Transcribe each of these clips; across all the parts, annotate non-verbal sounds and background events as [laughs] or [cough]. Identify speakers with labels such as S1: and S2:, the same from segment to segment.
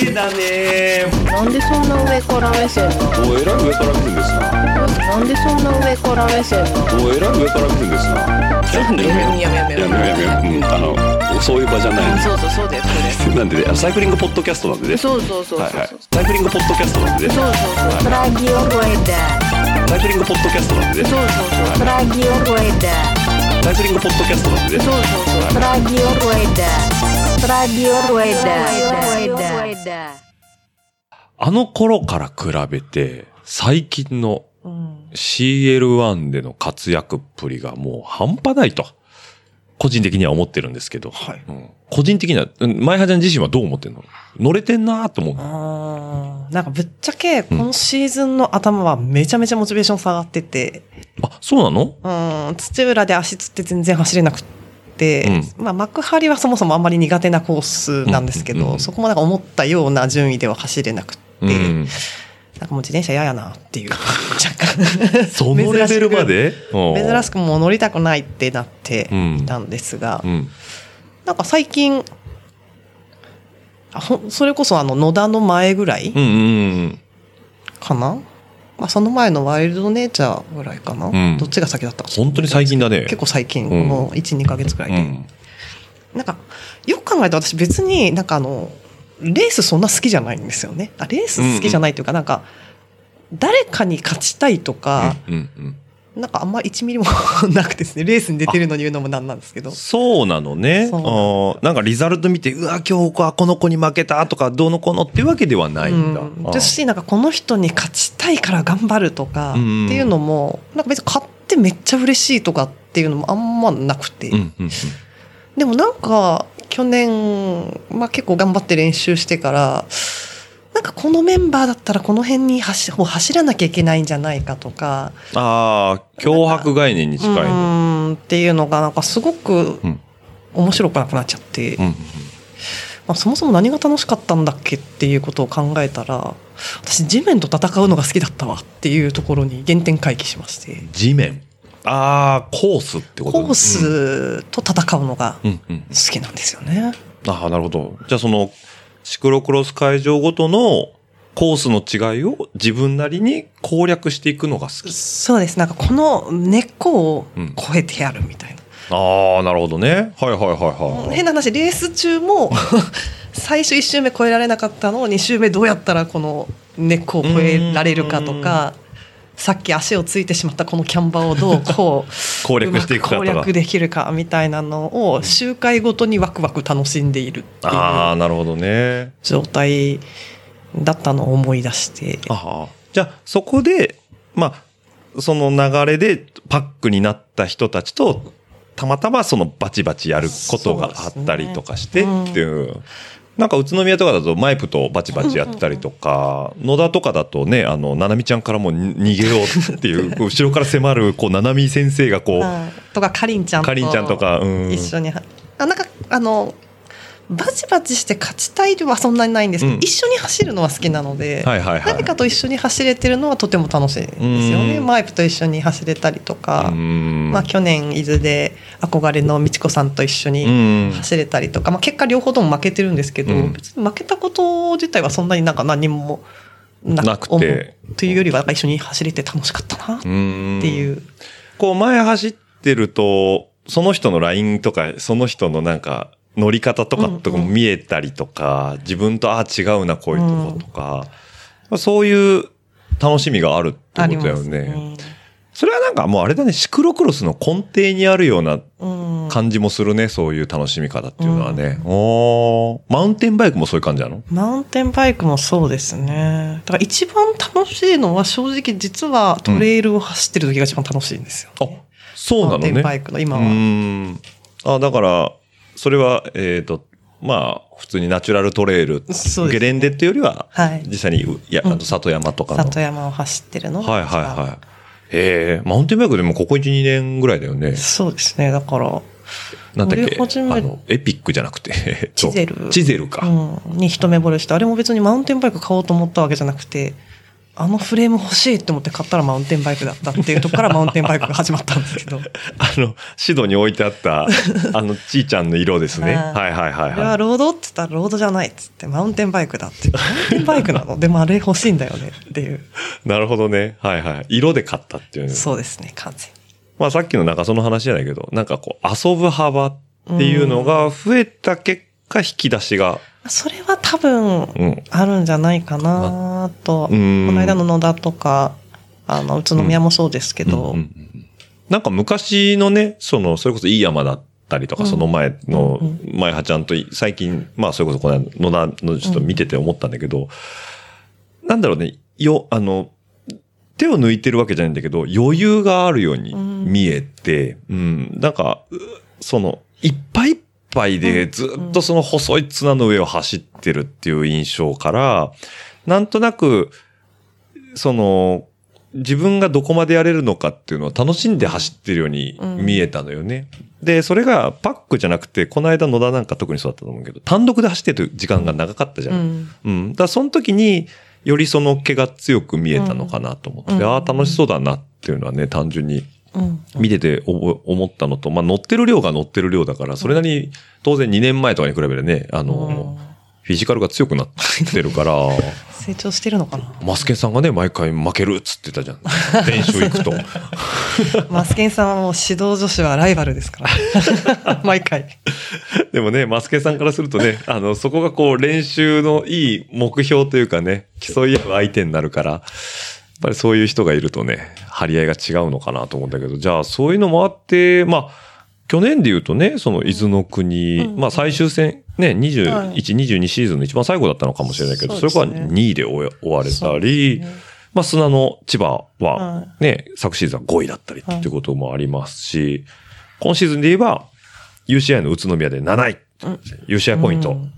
S1: IPA だね
S2: なんでそんな上から目線なの
S1: おえらい上から来るんですな
S2: なんでそんな上から目線なの
S1: おえらい上から来るんですなちょっとね
S2: やめようやめよう
S1: やめようやめよううんあのそういう場じゃない
S2: そうそうそうだよそうだよ
S1: なんでねあのサイクリングポッドキャストなんでね
S2: そうそうそうそうそう
S1: はいはいサイクリングポッドキャストなんでね
S2: そうそうそう
S3: Radio Rueda.
S1: サイクリングポッドキャストなんでね
S2: そうそうそう
S3: Radio Rueda.
S1: サイクリングポッドキャストなんでね
S2: そうそうそう
S3: Radio Rueda. Radio Rueda. Radio Rueda.
S4: あの頃から比べて、最近の
S5: うん
S4: CL1 での活躍っぷりがもう半端ないと。個人的には思ってるんですけど。
S5: はい
S4: うん個人的には、うん前派ちゃん自身はどう思ってんの乗れてんなーと思う。
S5: あーなんかぶっちゃけ、今シーズンの頭はめちゃめちゃモチベーション下がってて、
S4: あ、そうなの
S5: うん、土浦で足つって全然走れなくって、まあ幕張はそもそもあんまり苦手なコースなんですけ
S4: うんうん
S5: ど、
S4: うん
S5: そこもなんか思ったような順位では走れなくって、
S4: うん。
S5: なんかもう自転車嫌やなっていう、若干、
S4: そのレベルまで
S5: 珍し
S4: く。
S5: くもう乗りたくないってなって
S4: うん
S5: いたんですが、
S4: うん。
S5: なんか最近、あほんそれこそあの野田の前ぐらい
S4: うんうん
S5: かな、まあその前のワイルドネイチャーぐらいかな、
S4: うん
S5: どっちが先だったか
S4: 本当に最近だね
S5: 結構最近、
S4: うん
S5: もう1、2ヶ月ぐら
S4: う
S5: いで。
S4: ん。
S5: なんか、よく考えたら私別になんかあの、レースそんな好きじゃないんですよね。あ、レース好きじゃないというか、なんか、誰かに勝ちたいとか、
S4: うんうん
S5: なんかあんま1ミリもなくてですね、レースに出てるのに言うのもなんなんですけど。
S4: そうなのね。あ
S5: そう
S4: ーなんかリザルト見て、うわ、今日はこの子に負けたとか、どうのこうのってわけではないんだ。
S5: うん
S4: あー
S5: ですし、なんかこの人に勝ちたいから頑張るとか、って
S4: うん
S5: いうのも、なんか別に勝ってめっちゃ嬉しいとかっていうのもあんまなくて。
S4: うんうん
S5: でもなんか、去年、まあ結構頑張って練習してから、なんかこのメンバーだったらこの辺に走もう走らなきゃいけないんじゃないかとか、
S4: ああ、脅迫概念に
S5: う
S4: 近いの。
S5: ーんっていうのがなんかすごく
S4: うん
S5: 面白くなくなっちゃって、
S4: うん
S5: まあ、そもそも何が楽しかったんだっけっていうことを考えたら、私地面と戦うのが好きだったわっていうところに原点回帰しまして、
S4: 地面。ああ、コースってこと
S5: コー。スと戦うのが
S4: う
S5: 好
S4: んうんうん。
S5: きなんですよね。
S4: ああ、なるほど。じゃあその、シクロクロス会場ごとのコースの違いを自分なりに攻略していくのが好き。
S5: そうです。なんかこの根っこを越えてやるみたいな。
S4: ああ、なるほどね。はいはいはいはい。
S5: 変な話、レース
S4: [laughs]
S5: 中も最初1周目越えられなかったのを2周目どうやったらこの根っこを越えられるかとか、さっき足をついてしまったこのキャンバーをどうこう
S4: [laughs] 攻略していくかとか
S5: うま攻略できるかみたいなのを周回ごとにワクワク楽しんでいるって
S4: あ
S5: いう
S4: あ、なるほどね。
S5: 状態だったのを思い出して。
S4: ああ。じゃあ、そこで、まあ、その流れでパックになった人たちと、たまたまそのバチバチやることがあったりとかして
S5: そうですね
S4: っていう。なんか宇都宮とかだとマイプとバチバチやってたりとか、野田とかだとね、あの、ななみちゃんからもに逃げようっていう、
S5: [laughs]
S4: こう後ろから迫る、こう、ななみ先生がこう、
S5: とかかりんちゃんと
S4: かりんちゃんとか、うん。
S5: 一緒にはあなんかあのバチバチして勝ちたいはそんなにないんですけど、
S4: うん
S5: 一緒に走るのは好きなので、
S4: はいはいはい。
S5: 誰かと一緒に走れてるのはとても楽しいですよね、
S4: うん
S5: マイプと一緒に走れたりとか、
S4: うん。
S5: まあ、去年伊豆で憧れの美智子さんと一緒
S4: う
S5: に
S4: ん。
S5: 走れたりとか、まあ、結果両方とも負けてるんですけど、
S4: うん
S5: 別に負けたこと自体はそんなになんか何もな
S4: なくて
S5: 思うというよりはなんか一緒に走れて楽しかったなっ
S4: う
S5: て
S4: ん
S5: いう、
S4: こう前走ってると、その人のラインとか、その人のなんか、乗り方とかとかも見えたりとか、自分と、ああ、違うな、こういうとことか、そういう楽しみがあるってこと
S5: あ
S4: だ
S5: りま
S4: よ
S5: す
S4: ね。
S5: ね。
S4: それはなんかもうあれだね、シクロクロスの根底にあるような
S5: うん
S4: 感じもするね、そういう楽しみ方っていうのはね。おおーマウンテンバイクもそういう感じなの
S5: マウンテンバイクもそうですね。だから一番楽しいのは正直実はトレイルを走ってる時が一番楽しいんですよ。
S4: あ、そうなの
S5: マウンテ
S4: ね
S5: ン。バイクの今
S4: う
S5: は。
S4: ーん。あ、だから、それは、えっ、と、まあ、普通にナチュラルトレイル、
S5: そうですね
S4: ゲレンデっていうよりは、
S5: はい
S4: 実際に、ういや、あ
S5: う
S4: の
S5: ん
S4: 里山とかの。
S5: 里山を走ってるのが
S4: はい
S5: 一
S4: はい
S5: 番
S4: はい。ええマウンテンバイクでもここ1、2年ぐらいだよね。
S5: そうですね。だから、
S4: なんだっけ
S5: 乗り始め
S4: あの、エピックじゃなくて、え
S5: [laughs]
S4: っと
S5: チゼル
S4: チゼルか。
S5: うん、に一目惚れして、あれも別にマウンテンバイク買おうと思ったわけじゃなくて、あのフレーム欲しいって思って買ったらマウンテンバイクだったっていうとこからマウ [laughs] ンテンバイクが始まったんですけど、
S4: あの、シドに置いてあった、あの、ちーちゃんの色ですね。
S5: [laughs] あー
S4: はいはいはい
S5: あれは
S4: は
S5: ロードって言ったらロードじゃないっつって、マウンテンバイクだって。マウンテンバイクなのでもあれ欲しいんだよねっていう。
S4: い。なるほどね。はいはい。色で買ったっていうね。
S5: そうですね、完全に。
S4: まあさっきのなんかその話じゃないけど、なんかこう、遊ぶ幅っていうのが増えた結果、引き出しが、
S5: それは多分、
S4: うん。
S5: あるんじゃないかなと、こ
S4: うん
S5: の間の野田とか、あの、宇都宮もそうですけ
S4: うんう
S5: ど、
S4: んうんなんか昔のね、その、それこそいい山だったりとか、
S5: うん
S4: その前の
S5: うん、
S4: 前葉ちゃんとい最近、まあそれこそこの間野田のちょっと見てて思ったんだけど、なんだろうね、よ、あの、手を抜いてるわけじゃないんだけど、余裕があるように見えて、うん、なんか、うその、いっぱいいっぱいでずっとその細い綱の上を走ってるっていう印象から、なんとなく、その、自分がどこまでやれるのかっていうのを楽しんで走ってるように見えたのよね。で、それがパックじゃなくて、この間野田なんか特にそうだったと思うけど、単独で走ってる時間が長かったじゃ。
S5: うんん
S4: うん。だからその時に、よりその毛が強く見えたのかなと思って、
S5: うん
S4: ああ、楽しそうだなっていうのはね、単純に
S5: うん
S4: 見てて思思ったのと、まあ乗ってる量が乗ってる量だから、それなりに当然2年前とかに比べてね、あの、
S5: うん
S4: フィジカルが強くなってるから、
S5: 成長してるのかな
S4: マスケンさんがね、毎回負けるっつってたじゃん。練習行くと。
S5: マスケンさんはもう指導女子はライバルですから
S4: [laughs]
S5: 毎回
S4: でもね、マスケさんからすると
S5: [laughs]
S4: ね、あの、そこがこう練習のいい目標というかね、競い合う相手になるから、やっぱりそういう人がいるとね、張り合いが違うのかなと思うんだけど、じゃあそういうのもあって、まあ、去年で言うとね、その伊豆の国、まあ最終戦、ね、21、
S5: はい
S4: 22シーズンの一番最後だったのかもしれないけど、そ,、
S5: そうです
S4: れ
S5: ね
S4: から2位で終え終われたり、
S5: そうですね
S4: まあ砂の千葉
S5: は
S4: はいね、昨シーズンは5位だったりっていうこともありますし、今シーズンで言えば、UCI の宇都宮で7位。UCI ポイント、
S5: うん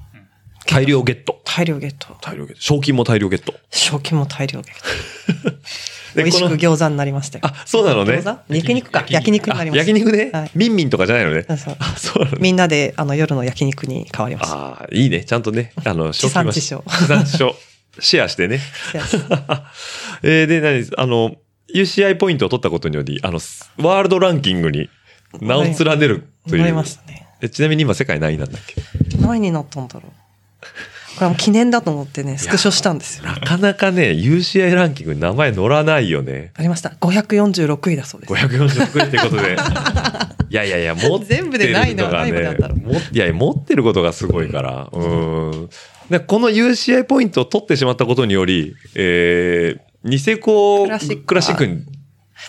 S4: 大量ゲット。
S5: 大量ゲット
S4: 大量ゲット。賞金も大量ゲット。
S5: 賞金も大量ゲット
S4: で
S5: 美味しく
S4: この
S5: 餃子になりましたよ
S4: あ、そうなのね
S5: 餃。子焼肉か焼肉になりました
S4: あ焼肉ね
S5: はい。
S4: ミンミンとかじゃないのね
S5: そう。そう
S4: あそうなのね。
S5: みんなであの夜の焼肉に変わりました
S4: ああ、いいね。ちゃんと
S5: [laughs]
S4: ね、あの、賞金は
S5: 地産地消
S4: 地産地消シェアしてね。えーで、何あの、UCI ポイントを取ったことにより、あの、ワールドランキングに名を連ねるとい
S5: 乗り
S4: う。
S5: ましたね
S4: えちなみに今世界何位なんだっけ
S5: 何になったんだろうこれはもう記念だと思ってねスクショしたんですよ
S4: なかなかね、UCI ランキングに名前乗らないよね。
S5: ありました546位だそうです
S4: 546位ってこと
S5: [laughs]
S4: で。いやいやいや、持ってる
S5: 全部でないの
S4: の
S5: は
S4: が
S5: ないの
S4: ね
S5: なんだろう、
S4: もいやいや、持ってることがすごいから。うーん。でこの UCI ポイントを取ってしまったことにより、えー、ニセコ
S5: クラシック
S4: クラシックに、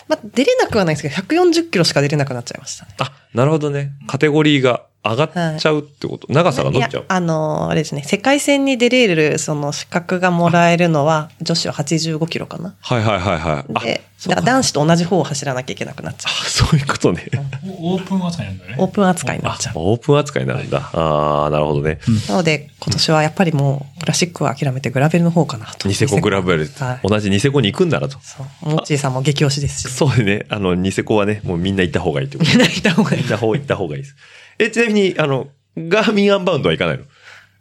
S5: まあ、出れなくはないんですけど140キロしか出れなくなっちゃいましたね
S4: あ、なるほどね。カテゴリーが上がっちゃうってこと。長さが伸びちゃ
S5: いうや。あのーあれですね世界戦に出れるその資格がもらえるのは女子は85キロかな
S4: はいはいはいはい。あ
S5: で
S4: そう
S5: だか
S4: から
S5: 男子と同じ方を走らなきゃいけなくなっち
S4: あ
S5: ゃ
S4: そういうことね。
S6: オープン扱いなんだよ
S5: うオー
S6: ね。
S5: プン扱いにな
S4: あ
S5: っちゃ、う
S4: オープン扱いになるんだ。ああ、なるほどね。
S5: なので今年はやっぱりもうクラシックは諦めてグラベルの方かなと
S4: ニセコグラブル、
S5: はい
S4: 同じニセコに行くんだなと。
S5: そうモッチーさんも激推しですし
S4: そうでね。あの、ニセコはね、もうみんな行った方がいいってこと。
S5: いないた
S4: [laughs]
S5: 方がいい
S4: 行った方が、行った方がいいです。え、ちなみに、あの、ガーミンアンバウンドは行かないの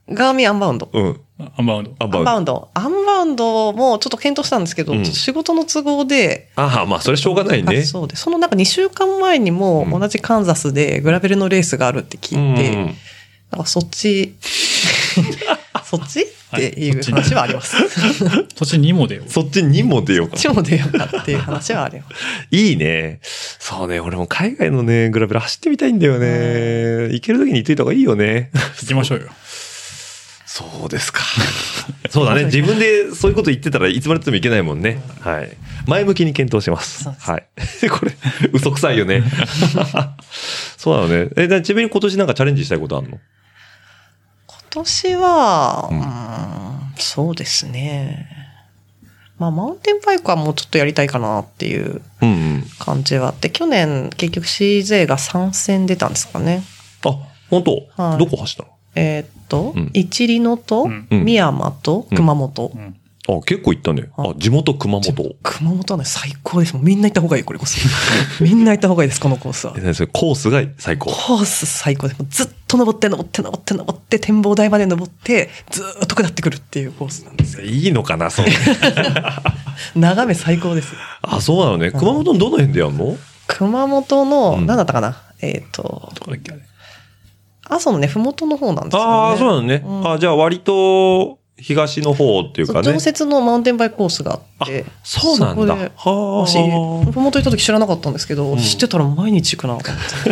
S5: ガーミンアンバウンド
S4: うん。
S6: アンバウンド。
S4: ア
S5: ア
S4: ン
S5: ン
S4: バウン
S5: バ
S4: ド。
S5: ウンドアンバウンドもちょっと検討したんですけど、
S4: うん
S5: 仕事の都合で
S4: ああ、まあ、それしょうがないね
S5: あ。そうでそのなんか2週間前にも
S4: うん
S5: 同じカンザスでグラベルのレースがあるって聞いて、
S4: うんうん
S5: なんかそっ
S4: [laughs]
S5: ちそっちっ
S6: はい
S5: ていう話はあります。
S6: 土地にも出よう。
S4: そっちにも出ようか
S5: こっ。ちも出ようかっていう話はあ
S4: [laughs]
S5: ります。
S4: いいね。そうね、俺も海外のね、グラベル走ってみたいんだよね。行ける時に行っといた方がいいよね。
S6: 行きましょうよ。
S4: [laughs] そうですか。 [laughs] そう [laughs] だね。自分でそういうこと言ってたらいつまでたってもいけないもんね。はい。前向きに検討します。
S5: そうです
S4: はい。 [laughs] これ、嘘くさいよ [laughs] ね。そうなのね。え、だちなみに今年なんかチャレンジしたいことあるの
S5: 今年は、うーん、そうですね。まあ、マウンテンバイクはもうちょっとやりたいかなっていう
S4: うんうん。
S5: 感じはあって、去年結局 CJ が参戦出たんですかね。
S4: あ、本当、
S5: はい
S4: どこ走ったの
S5: えーっと、
S4: うん
S5: 一里野と
S6: うん
S4: うん
S5: 三山と熊本
S6: うん。
S4: あ、結構行ったね。あ、地元熊本。
S5: 熊本はね、最高です。もうみんな行った方がいい、こ
S4: [laughs]
S5: れこそ。みんな行った方がいいです、このコースは
S4: え。何それコースが最高。
S5: コース最高です。もうずっと登って登って登って登って、展望台まで登って、ずーっと下ってくるっていうコースなんですよ。
S4: いいのかな、
S5: [laughs]
S4: そう。
S5: 眺め最高です。
S4: あ、そうなのね。熊本のどの辺でやんの
S5: 熊本の、
S4: うん
S5: 何だったかなえっ、と、
S6: どこだっけあれ
S5: 阿蘇のね、ふもとの方なんですよね。
S4: ああ、そうなのね。
S5: うん
S4: あじゃあ割と東の方っていうか
S5: そう
S4: ね
S5: 常。設のマウンテンバイクコースがあって、
S4: そうなんだ。
S5: そこで
S4: はあ
S5: 私、ふもと行った時知らなかったんですけど、
S4: うん
S5: 知ってたら毎日行くなと思って。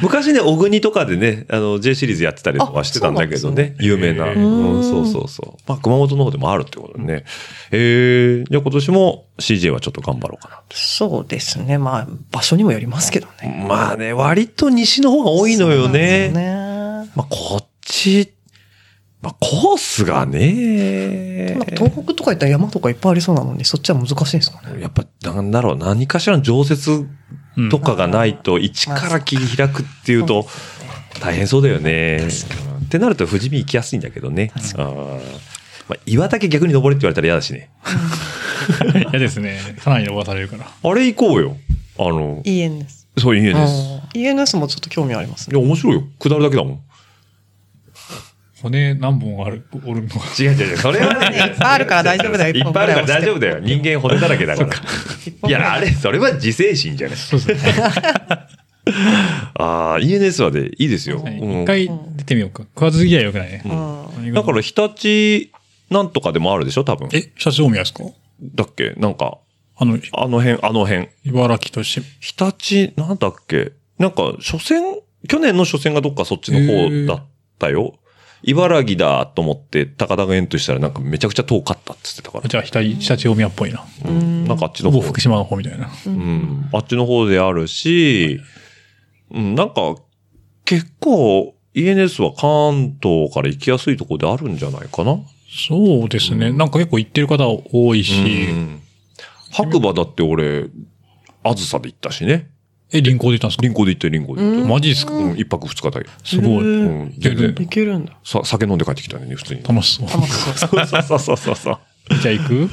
S4: 昔ね、小国とかでね、あの、J シリーズやってたりとかしてたんだけどね、有名な。
S1: へ
S4: う
S1: ー
S4: ん、そうそうそう。まあ、熊本の方でもあるってことだね。えー、じゃあ今年も CJ はちょっと頑張ろうか
S5: そうですね。まあ、場所にもよりますけど
S4: な。
S5: ね。
S4: まあね、割と西の方が多いのよね。
S5: そうなんですよね
S4: まあ、こっち、まあ、コースがね
S5: なんか、東北とか行ったら山とかいっぱいありそうなのに、そっちは難しいんですかね。
S4: やっぱ、なんだろう、何かしらの常設
S6: うん
S4: とかがないと、一から切り開くっていうと、大変そうだよね。ってなると、富士見行きやすいんだけどね。あーまあ、岩岳逆に登れって言われたら嫌だしね。
S6: 嫌ですね。かなり伸ばされるから。
S4: あれ行こうよ。あの、
S5: ENS。
S4: そういう家です。
S5: ENS もちょっと興味あります
S4: い
S5: ね。
S4: や、面白いよ。下るだけだもん。
S6: 骨何本ある、おるのか。
S4: 違う違う違う、それはね、
S5: いっぱいあるから大丈夫だ
S4: [laughs]
S5: よ。
S4: いっぱいあるから大丈夫だよ。人間骨だらけだから。いや、あれ、それは自制心じゃない。ああ、ENS はでいいですよ。うん
S6: 一回出てみようか。食わず嫌いよくないね。
S5: 夫。
S4: だから、日立なんとかでもあるでしょ、多分。
S6: え、社長宮ですか
S4: だっけなんか、
S6: あの、
S4: あの辺、あの辺。
S6: 茨城とし
S4: 日立、なんだっけなんか、初戦、去年の初戦がどっかそっちの方だったよ。茨城だと思って高田がエントリーしたらなんかめちゃくちゃ遠かったって言ってたから。
S6: じゃあ、左、社長宮っぽいな。
S4: うんなんかあっちの
S6: ほ
S4: 方
S6: ぼ。福島の方みたいな。
S4: うん。あっちの方であるし、うん、なんか、結構 ENS は関東から行きやすいとこであるんじゃないかな。
S6: そうですね。なんか結構行ってる方多いし、
S4: うん。白馬だって俺、あずさで行ったしね。
S6: え、輪行で行ったんですか
S4: 輪行で行ったよ、輪行で行ったよ。
S6: マジですか
S4: うん、一泊二日だよ。
S6: す
S5: う
S6: ごい。
S5: ん
S4: うん全然
S5: いけるんだ。
S4: さ、酒飲んで帰ってきたね、普通に。
S6: 楽しそう。
S5: 楽しそう。
S4: そうそうそうそうそう。
S6: じゃあ行く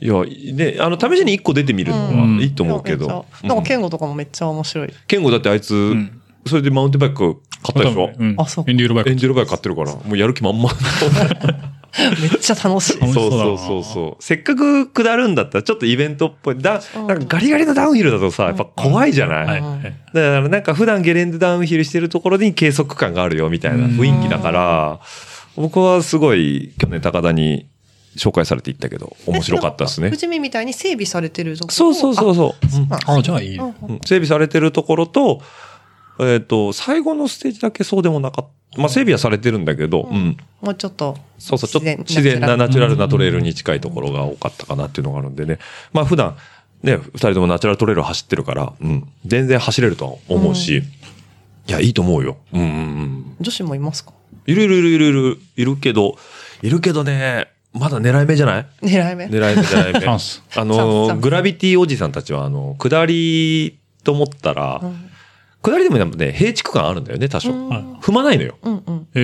S4: いや、ね、あの、試しに一個出てみるの
S6: うん
S4: はいいと思うけど。
S5: なんか、
S4: うん
S5: 健吾とかもめっちゃ面白い。
S4: 健吾だってあいつ、
S6: ん
S4: それでマウンテンバイク買ったでしょ、
S6: うん。
S5: あそう
S6: エンデューロバイ
S4: [laughs] エン
S6: ク。
S4: ジェルバイク買ってるから、もうやる気満々。
S5: めっちゃ楽しい。
S6: 楽
S4: そ
S6: し
S4: う
S6: そうだな
S4: そうそうそう。せっかく下るんだったら、ちょっとイベントっぽい。だ、なんかガリガリのダウンヒルだとさ、やっぱ怖いじゃない、
S6: はい。
S4: だ
S6: はい
S4: からなんか普段ゲレンデダウンヒルしてるところに計測感があるよ、みたいな雰囲気だから、僕はすごい、去年高田に紹介されていったけど、面白かったですね
S5: 富。士見みたいに整備されてるとこ
S4: そうそうそうそう。うん
S6: あ、じゃあいい。
S5: うん
S4: うん整備されてるところと、えっ、と、最後のステージだけそうでもなかった。まあ、整備はされてるんだけど、うん。
S5: もうちょっと。
S4: そうそう、ちょっ
S5: 自然
S4: と自然な
S5: ナ
S4: ナチュラルなトレイルに近いところが多かったかなっていうのがあるんでね。まあ、普段、ね、二人ともナチュラルトレイル走ってるから、うん。全然走れるとは思うし、いや、いいと思うよ。うんうんうん。
S5: 女子もいますか
S4: いるいるいるいるいる、いるけど、いるけどね、まだ狙い目じゃない
S5: 狙い目。
S4: 狙い目狙い [laughs] 目。
S6: チャンス
S4: あ
S5: チャンスチャ
S4: の、
S5: ンス
S4: グラビティおじさんたちは、あの、下りと思ったら、下りでもやっぱね、平地区間あるんだよね、多少。
S6: はい
S4: 踏まないのよ。
S5: うんうん。
S6: え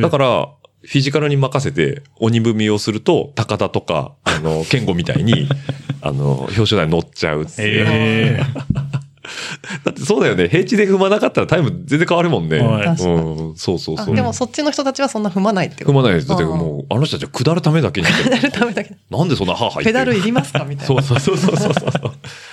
S6: ー。
S4: だから、フィジカルに任せて、鬼踏みをすると、高田とか、あの、健吾みたいに、あの、表彰台に乗っちゃうっていう。
S6: えー。
S4: だってそうだよね、平地で踏まなかったらタイム全然変わるもんね。
S6: はい
S5: 確か
S4: うん、そうそう
S5: あ、
S4: そう。
S5: でもそっちの人たちはそんな踏まないってこ
S4: 踏
S5: と。
S4: まないです。だって
S5: あー
S4: もう、あの人たちは下るためだけにしてる。
S5: やるためだけど。
S4: なんでそんな歯入って
S5: ペ
S4: る
S5: ダルいりますかみたい
S4: そ
S5: な。
S4: うそうそうそうそうそう。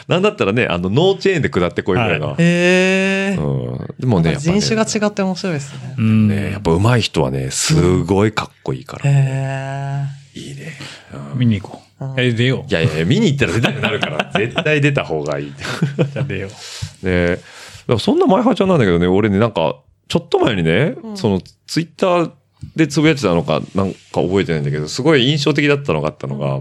S4: なんだったらね、あの、ノーチェーンで下ってこいぐらいが。
S5: へえ。
S4: うん。でもね、やっぱ
S5: 人
S4: ね
S5: 種が違って面白いですね。
S6: うん。
S4: ね、やっぱ上手い人はね、すごいかっこいいから。
S5: へ
S4: いいね。
S6: 見に行こう。え、出よう。
S4: いやいやいや、見に行ったら出たくなるから、絶対出た方がいい。
S6: じゃあ出よう。
S4: で、だからそんな前派ちゃんなんだけどね、俺ね、なんか、ちょっと前にね、その、ツイッターでつぶやいてたのか、なんか覚えてないんだけど、すごい印象的だったのがあったのが、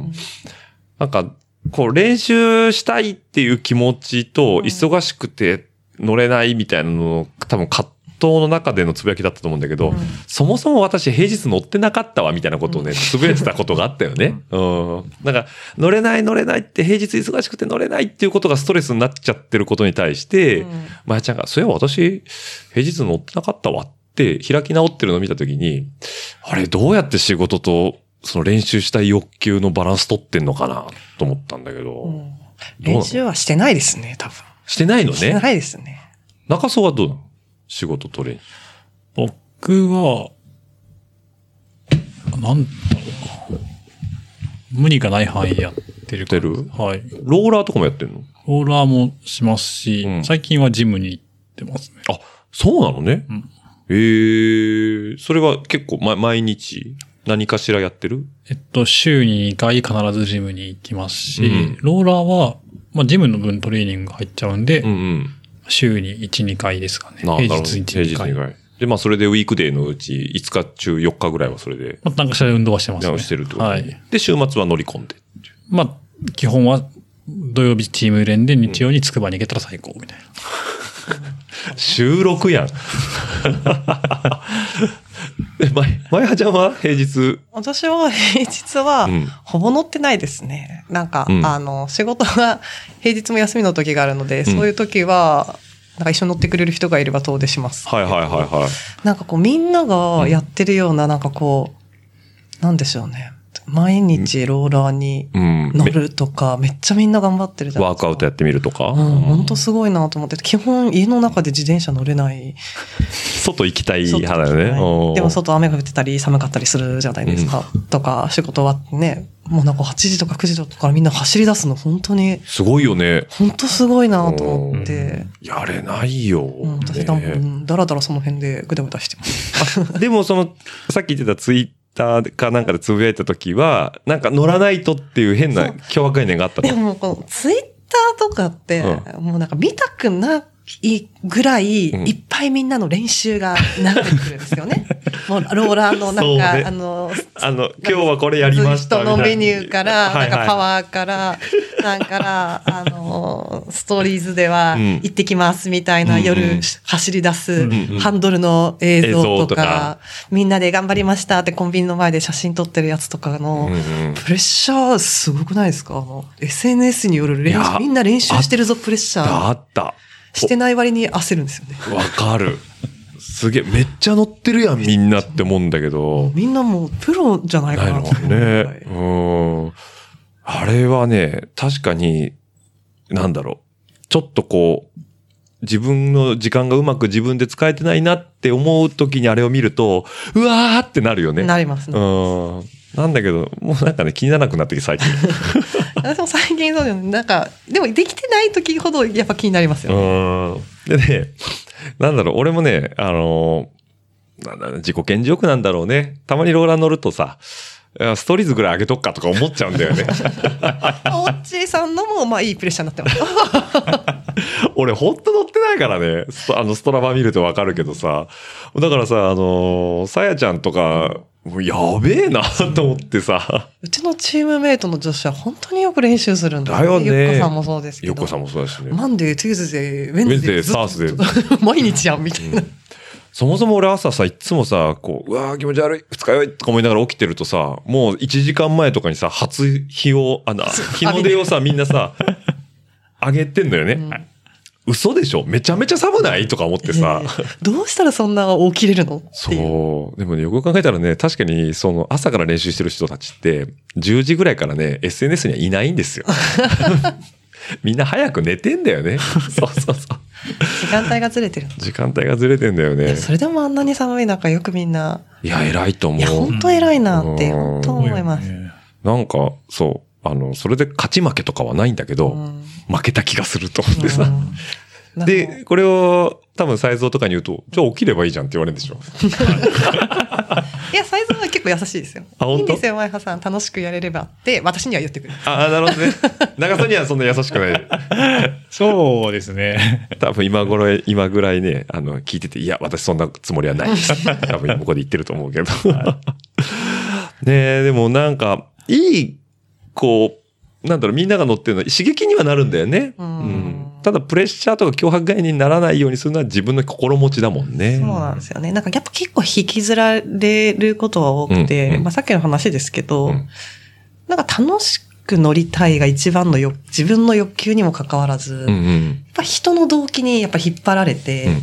S4: なんか、こう、練習したいっていう気持ちと、忙しくて乗れないみたいなのの、多分葛藤の中でのつぶやきだったと思うんだけど、そもそも私平日乗ってなかったわみたいなことをね、つぶやいてたことがあったよ
S5: [laughs]
S4: ね。うん。なんか、乗れない乗れないって平日忙しくて乗れないっていうことがストレスになっちゃってることに対して、まやちゃんが、そういえば私、平日乗ってなかったわって開き直ってるのを見たときに、あれ、どうやって仕事とその練習したい欲求のバランス取ってんのかなと思ったんだけど、
S5: うん
S4: どうなの
S5: 練習はしてないですね、多分。
S4: してないの
S5: して
S4: ね。
S5: ないですね。
S4: 中曽はどうなの仕事と練習。
S6: 僕は、なんだろうな。無理がない範囲やってるから。
S4: やってる
S6: はい。
S4: ローラーとかもやってんの
S6: ローラーもしますし、
S4: うん
S6: 最近はジムに行ってますね。
S4: あ、そうなのね。
S6: うん
S4: ええそれは結構、ま、毎日何かしらやってる
S6: えっと、週に2回必ずジムに行きますし、
S4: うん
S6: ローラーは、まあ、ジムの分トレーニングが入っちゃうんで、
S4: うんうん。
S6: 週に1、2回ですかね。
S4: な
S6: 平日
S4: なるほど平
S6: 1、
S4: 日
S6: 2回。
S4: 二
S6: ま
S4: 回。で、まあ、それでウィークデーのうち5日中4日ぐらいはそれで、
S6: あ、なんかしら運動はしてますね。
S4: 直してるってこと、
S6: はい。。
S4: で、週末は乗り込んで。
S6: まあ、基本は土曜日チーム連で日曜につくばに行けたら最高みたいな。
S4: 収録やん。え、ま、まやはちゃんは平日、
S5: 私は平日は
S4: うん、
S5: ほぼ乗ってないですね。なんか、
S4: うん
S5: あの、仕事が平日も休みの時があるので、そういう時は、なんか一緒に乗ってくれる人がいれば遠出します。
S4: はいはいはいはい。
S5: なんかこうみんながやってるような、なんかこう、なんでしょうね。毎日ローラーに
S4: うん。
S5: 乗
S4: め
S5: るとか、めっちゃみんな頑張ってるじゃない
S4: ワ
S5: で
S4: ー
S5: すか
S4: クアウトやってみるとか。
S5: うん、本当すごいなと思ってて、基本家の中で自転車乗れない。
S4: 外行きたい
S5: 外
S4: 派だよね。うん
S5: でも外雨が降ってたり寒かったりするじゃないですか。とか、仕事終わってね、もうなんか8時とか9時とかからみんな走り出すの本当に、
S4: すごいよね。
S5: 本当すごいなと思って。
S4: やれないよ。
S5: うん、私
S4: ね
S5: 多分、だらだらその辺でぐだぐだしてます。
S4: でもその、さっき言ってたツイッターかなんかでつぶやいた時は、なんか乗らないとっていう変な凶悪概念があった
S5: [laughs] で
S4: の。
S5: も、このツイッターとかって、もうなんか見たくないぐらい、
S4: うん
S5: いっぱいみんなの練習が流れてくるんですよ
S4: [laughs]
S5: ね。もうローラーのな
S4: そうん
S5: か、
S4: ね
S5: あの、
S4: あの、今日はこれやりましたみた
S5: 人
S4: い
S5: の
S4: な。
S5: メニューから、
S4: はい
S5: な
S4: は
S5: んか
S4: い
S5: パワ
S4: [laughs]
S5: ーから、なんから、あの、ストーリーズでは、
S4: うん
S5: 行ってきますみたい
S4: うん
S5: な、
S4: うん
S5: 夜走り出す
S6: うん
S4: うん、
S5: ハンドルの映
S4: 映像
S5: 像
S4: と
S5: と
S4: か
S5: か、みんなで頑張りましたってコンビニの前で写真撮ってるやつとかの、
S4: うんうん
S5: プレッシャーすごくないですかあの ?SNS による練
S4: いや
S5: 習、みんな練習してるぞ、プレッシャ
S4: あ
S5: ー。
S4: った。
S5: してない割に焦るんですよね。
S4: わかる。すげえ、めっちゃ乗ってるやん、みんなって思うんだけど。
S5: みんなもうプロじゃないか
S4: ない
S5: な
S4: の
S5: と
S4: か
S5: 思うぐら
S4: ね
S5: い。
S4: うん。あれはね、確かに、なんだろう。ちょっとこう、自分の時間がうまく自分で使えてないなって思う時にあれを見ると、うわーってなるよね。
S5: なりますね。
S4: うん。なんだけど、もうなんかね、気にならなくなってきて、最近。
S5: 私も最近そうだよね。なんか、でもできてない時ほどやっぱ気になりますよね。
S4: うん。でね、なんだろう、俺もね、あのーなんだろう自己顕示欲なんだろうね。たまにローラー乗るとさ、いやストーリーズぐらい上げとっかとか思っちゃうんだよね。
S5: おっちーさんのも、まあいいプレッシャーになってます。
S4: [laughs] 俺ほんと乗ってないからね。ストあの、ストラバ見るとわかるけどさ。だからさ、あのーさやちゃんとか、もうやべえなと思ってさ。
S5: うちのチームメイトの女子は本当によく練習するんだ
S4: だよね
S5: ゆっこさんもそうですけど。
S4: よっこさんもそうだしね。
S5: マンデー、トゥーズデー、ウ
S4: ウ
S5: ェ
S4: ェ
S5: ン
S4: ン
S5: ズ
S4: ズデ
S5: デ
S4: ー、サースデー。
S5: ー、毎日やんみたいな。
S4: そもそも俺朝さ、いっつもさ、こう、うわー気持ち悪い、二日酔いとか思いながら起きてるとさ、もう1時間前とかにさ、初日を、あの、日の出をさ、みんなさ、上げてんのよね。嘘でしょめちゃめちゃ寒ないとか思ってさ。
S5: ええどうしたらそんな起きれるのっていう。
S4: そう。でもね、よく考えたらね、確かに、その、朝から練習してる人たちって、10時ぐらいからね、SNS にはいないん
S5: [laughs]
S4: ですよ。みんな早く寝てんだよね。そうそうそう。
S5: 時間帯がずれてるの
S4: 時間帯がずれてんだよね。
S5: それでもあんなに寒い中よくみんな、
S4: いや、偉いと思う。
S5: いや、本当偉いなって、
S4: うん
S5: 本当思います。
S6: ね
S4: なんか、そう、あの、それで勝ち負けとかはないんだけど、
S5: うん
S4: 負けた気がすると思ってさ。
S5: うんなん
S4: で、
S5: か
S4: これを多分、サイズとかに言うと、じゃあ起きればいいじゃんって言われるんでしょ。
S5: いや、サイズは結構優しいですよ。
S4: あ本当
S5: いいんですよ、前葉さん。楽しくやれればって、私には言ってくれる。
S4: ああ、なるほどね。
S5: [laughs]
S4: 長さにはそんな優しくない。
S6: そうですね。
S4: 多分今頃、今ぐらいね、あの、聞いてて、いや、私そんなつもり
S5: [laughs]
S4: はないです。多分向こうで言ってると思うけど。 [laughs] ねえ、でもなんか、いい、こう、なんだろう、みんなが乗ってるのは刺激にはなるんだよね。
S5: うん
S4: ただ、プレッシャーとか脅迫概念にならないようにするのは自分の心持ちだもんね。
S5: そうなんですよね。なんかやっぱ結構引きずられることは多くて、
S4: うんうん
S5: まあさっきの話ですけど、
S4: うん
S5: なんか楽しく乗りたいが一番のよ自分の欲求にもかかわらず、
S4: うん
S5: やっぱ人の動機にやっぱ引っ張られて、
S4: うん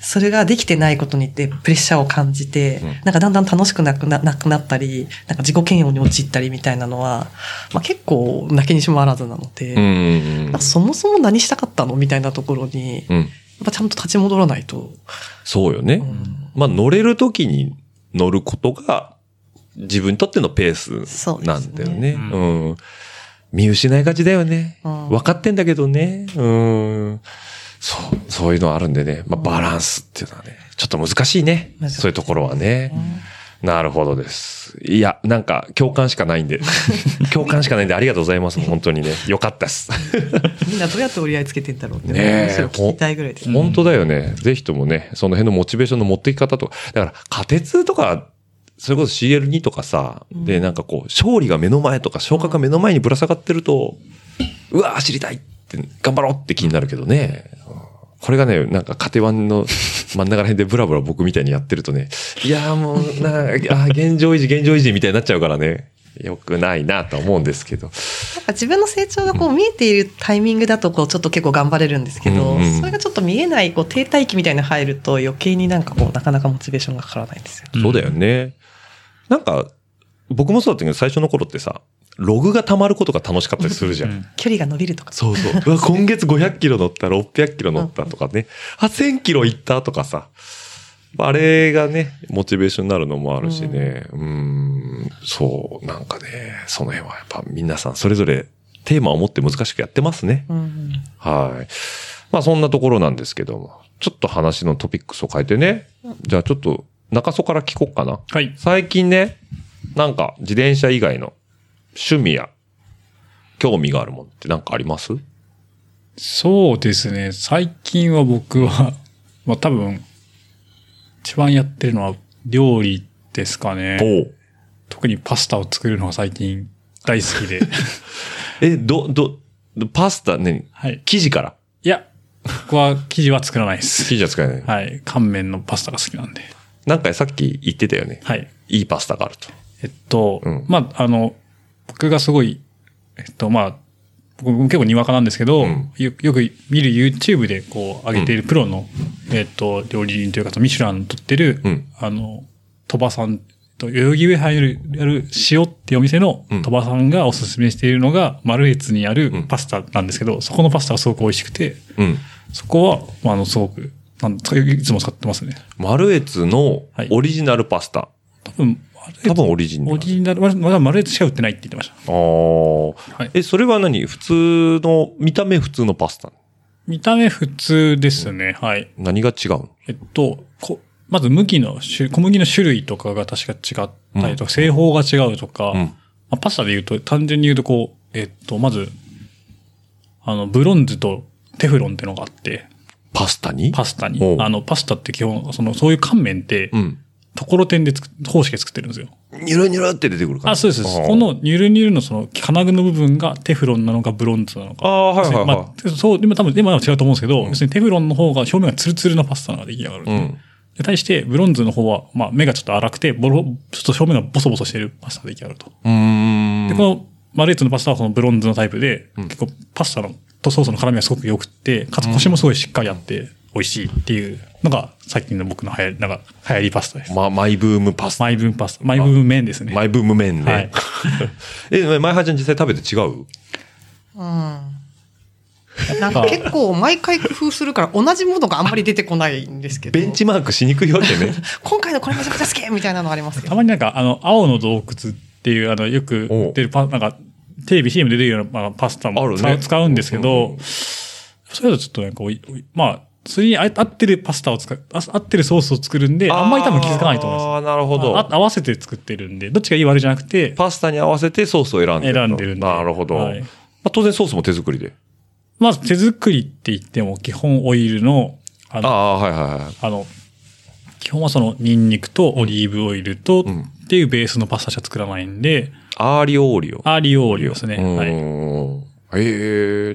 S5: それができてないことにってプレッシャーを感じて、
S4: うん
S5: なんかだんだん楽しくなくななくなったり、なんか自己嫌悪に陥ったりみたいなのは、まあ、結構泣きにしもあらずなので、
S4: うん
S5: なんかそもそも何したかったのみたいなところに、やっ
S4: うんうん。
S5: ぱちゃんと立ち戻らないと。
S4: そうよね。まあ乗れる時に乗ることが自分にとってのペースなんだよね。
S6: そうですね
S4: うん。見失いがちだよね。
S5: うん
S4: 分かってんだけどね。うん。そう、そういうのあるんでね。まあバランスっていうのはね、ちょっと難しいね。
S5: 難しい
S4: そういうところはね。なるほどです。いや、なんか共感しかないんで。共感しかないんでありがとうございます。本当にね。よかったです。
S5: みんなどうやって折り合いつけてんだろうって、
S4: ねえ
S5: それを聞きたいぐらいです。
S4: 本当だよね。ぜひともね、その辺のモチベーションの持っていき方とか。だから、仮鉄とか、それこそ CL2 とかさ、で、なんかこう、勝利が目の前とか、昇格が目の前にぶら下がってると、うわー、知りたいって、頑張ろうって気になるけどね。うんこれがね、なんか、家庭湾の真ん中ら辺でブラブラ僕みたいにやってるとね、いやーもう、なあー、現状維持、現状維持みたいになっちゃうからね、よくないなとは思うんですけど。
S5: なんか自分の成長がこう見えているタイミングだとこうちょっと結構頑張れるんですけど、
S4: うんうん
S5: それがちょっと見えないこう停滞期みたいなの入ると余計になんかこうなかなかモチベーションがかからないんですよ。
S4: そうだよね。なんか、僕もそうだったけど、最初の頃ってさ、ログが溜まることが楽しかったりするじゃん。
S6: うん
S5: 距離が伸びるとか。
S4: そうそう。うわ、 [laughs] 今月500キロ乗った、600キロ乗ったとかね。あ、1000キロ行ったとかさ。あれがね、モチベーションになるのもあるしね。うーん、そう、なんかね、その辺はやっぱ皆さんそれぞれテーマを持って難しくやってますね。
S5: うん
S4: はい。まあそんなところなんですけども、ちょっと話のトピックスを変えてね。じゃあちょっと中曽から聞こうかな。
S6: はい。
S4: 最近ね、なんか自転車以外の趣味や興味があるもんってなんかあります
S6: そうですね。最近は僕は、まあ多分、一番やってるのは料理ですかね。
S4: お
S6: 特にパスタを作るのが最近大好 [laughs] きで。
S4: え、ど、ど、どパスタね、
S6: はい。
S4: 生地から。
S6: いや、僕は生地は作らないです
S4: 生。地は使えない。
S6: はい。乾麺のパスタが好きなんで。
S4: なんかさっき言ってたよね。
S6: はい。
S4: いいパスタがあると。
S6: えっと、
S4: うん
S6: まあ、あの、僕がすごい、えっと、まあ、僕も結構にわかなんですけど、
S4: ん
S6: よよく見る YouTube でこう上げているプロの、えっと、料理人というか、ミシュラン取ってる、
S4: うん
S6: あの、鳥羽さん、えっと代々木上原にある塩っていうお店の
S4: うん
S6: 鳥羽さんがおすすめしているのが、マルエツにある
S4: ん
S6: パスタなんですけど、そこのパスタがすごく美味しくて、
S4: うん。
S6: そこは、まあ、あの、すごく、なんいつも使ってますね。
S4: マルエツの
S6: はい
S4: オリジナルパスタ。
S6: 多分、マルエツ
S4: 多分オリジナル。
S6: オリジナル、まだまだマルエツしか売ってないって言ってました。
S4: あー
S6: はい
S4: え、それは何普通の、見た目普通のパスタ。
S6: 見た目普通ですね。はい。
S4: 何が違うの
S6: えっと、こまず麦の種、小麦の種類とかが確か違ったりとか、製法が違うとか、
S4: うん
S6: まあ、パスタで言うと、単純に言うとこう、えっと、まず、あの、ブロンズとテフロンってのがあって、
S4: パスタに
S6: パスタに
S4: お。う
S6: あの、パスタって基本、その、そういう乾麺って、
S4: うん。
S6: ところてんで作っ方式で作ってるんですよ。
S4: ニュルニュルって出てくるから。
S6: あ、そうです。そう
S4: あ
S6: で
S4: ー
S6: すこのニュルニュルのその金具の部分がテフロンなのかブロンズなのか。
S4: ああ、はいはいは
S6: まあ、そう、でも多分、今は違うと思うんですけど、要するにテフロンの方が表面がツルツルのパスタが出来上がるん
S4: い。
S6: ですね。
S4: ん。
S6: で対して、ブロンズの方は、まあ、目がちょっと荒くて、ボロ、ちょっと表面がボソボソしてるパスタが出来上がると。
S4: うーん。
S6: で、このマルエツのパスタはこのブロンズのタイプで、結構パスタのとソースの絡みがすごく良くて、かつコシもすごいしっかりあって、美味しいっていうのが、最近の僕の流行り、なんか、流行りパスタです。
S4: ま、マイブームパスタ。
S6: マイブームパスタ。マイブーム麺ですね。
S4: マイブーム麺
S6: は
S4: ね [laughs]
S6: い。
S4: え、前原ちゃん実際食べて違う
S5: なんか結構毎回工夫するから同じものがあんまり出てこないんですけ
S4: [laughs]
S5: ど
S4: ベンチマークしにくいわけ [laughs] ね。
S5: 今回のこれめちゃくちゃ好きみたいなのあります
S6: た
S5: よ。
S6: まになんか、あの、青の洞窟っていう、あの、よく売ってるパ、なんか、テレビ CM で出るような、まあ、パスタ
S4: あ
S6: も
S4: る
S6: 使う,、
S4: ね
S6: 使うんですけど、それだとちょっとなんかおい、おいまあ、それに合合ってるパスタを使う、あ合ってるソースを作るんで、あんまり多分気づかないと思います。
S4: ああ、なるほ
S6: あ
S4: ど。
S6: 合わせて作ってるんで、どっちがいい悪いじゃなくて、
S4: パスタに合わせてソースを選んでると。
S6: 選んでるんで
S4: なるほど。
S6: はい
S4: まあ当然ソースも手作りで。
S6: まあ、手作りって言っても、基本オイルの、あ
S4: あ
S6: の、あ
S4: あ、はいはいはい。
S6: の、基本はその、ニンニクとオリーブオイルと、
S4: ん
S6: っていうベースのパスタしか作らないんで、
S4: アーリオーリオ。
S6: アーリオーリオですね。はいう
S4: ーん。へ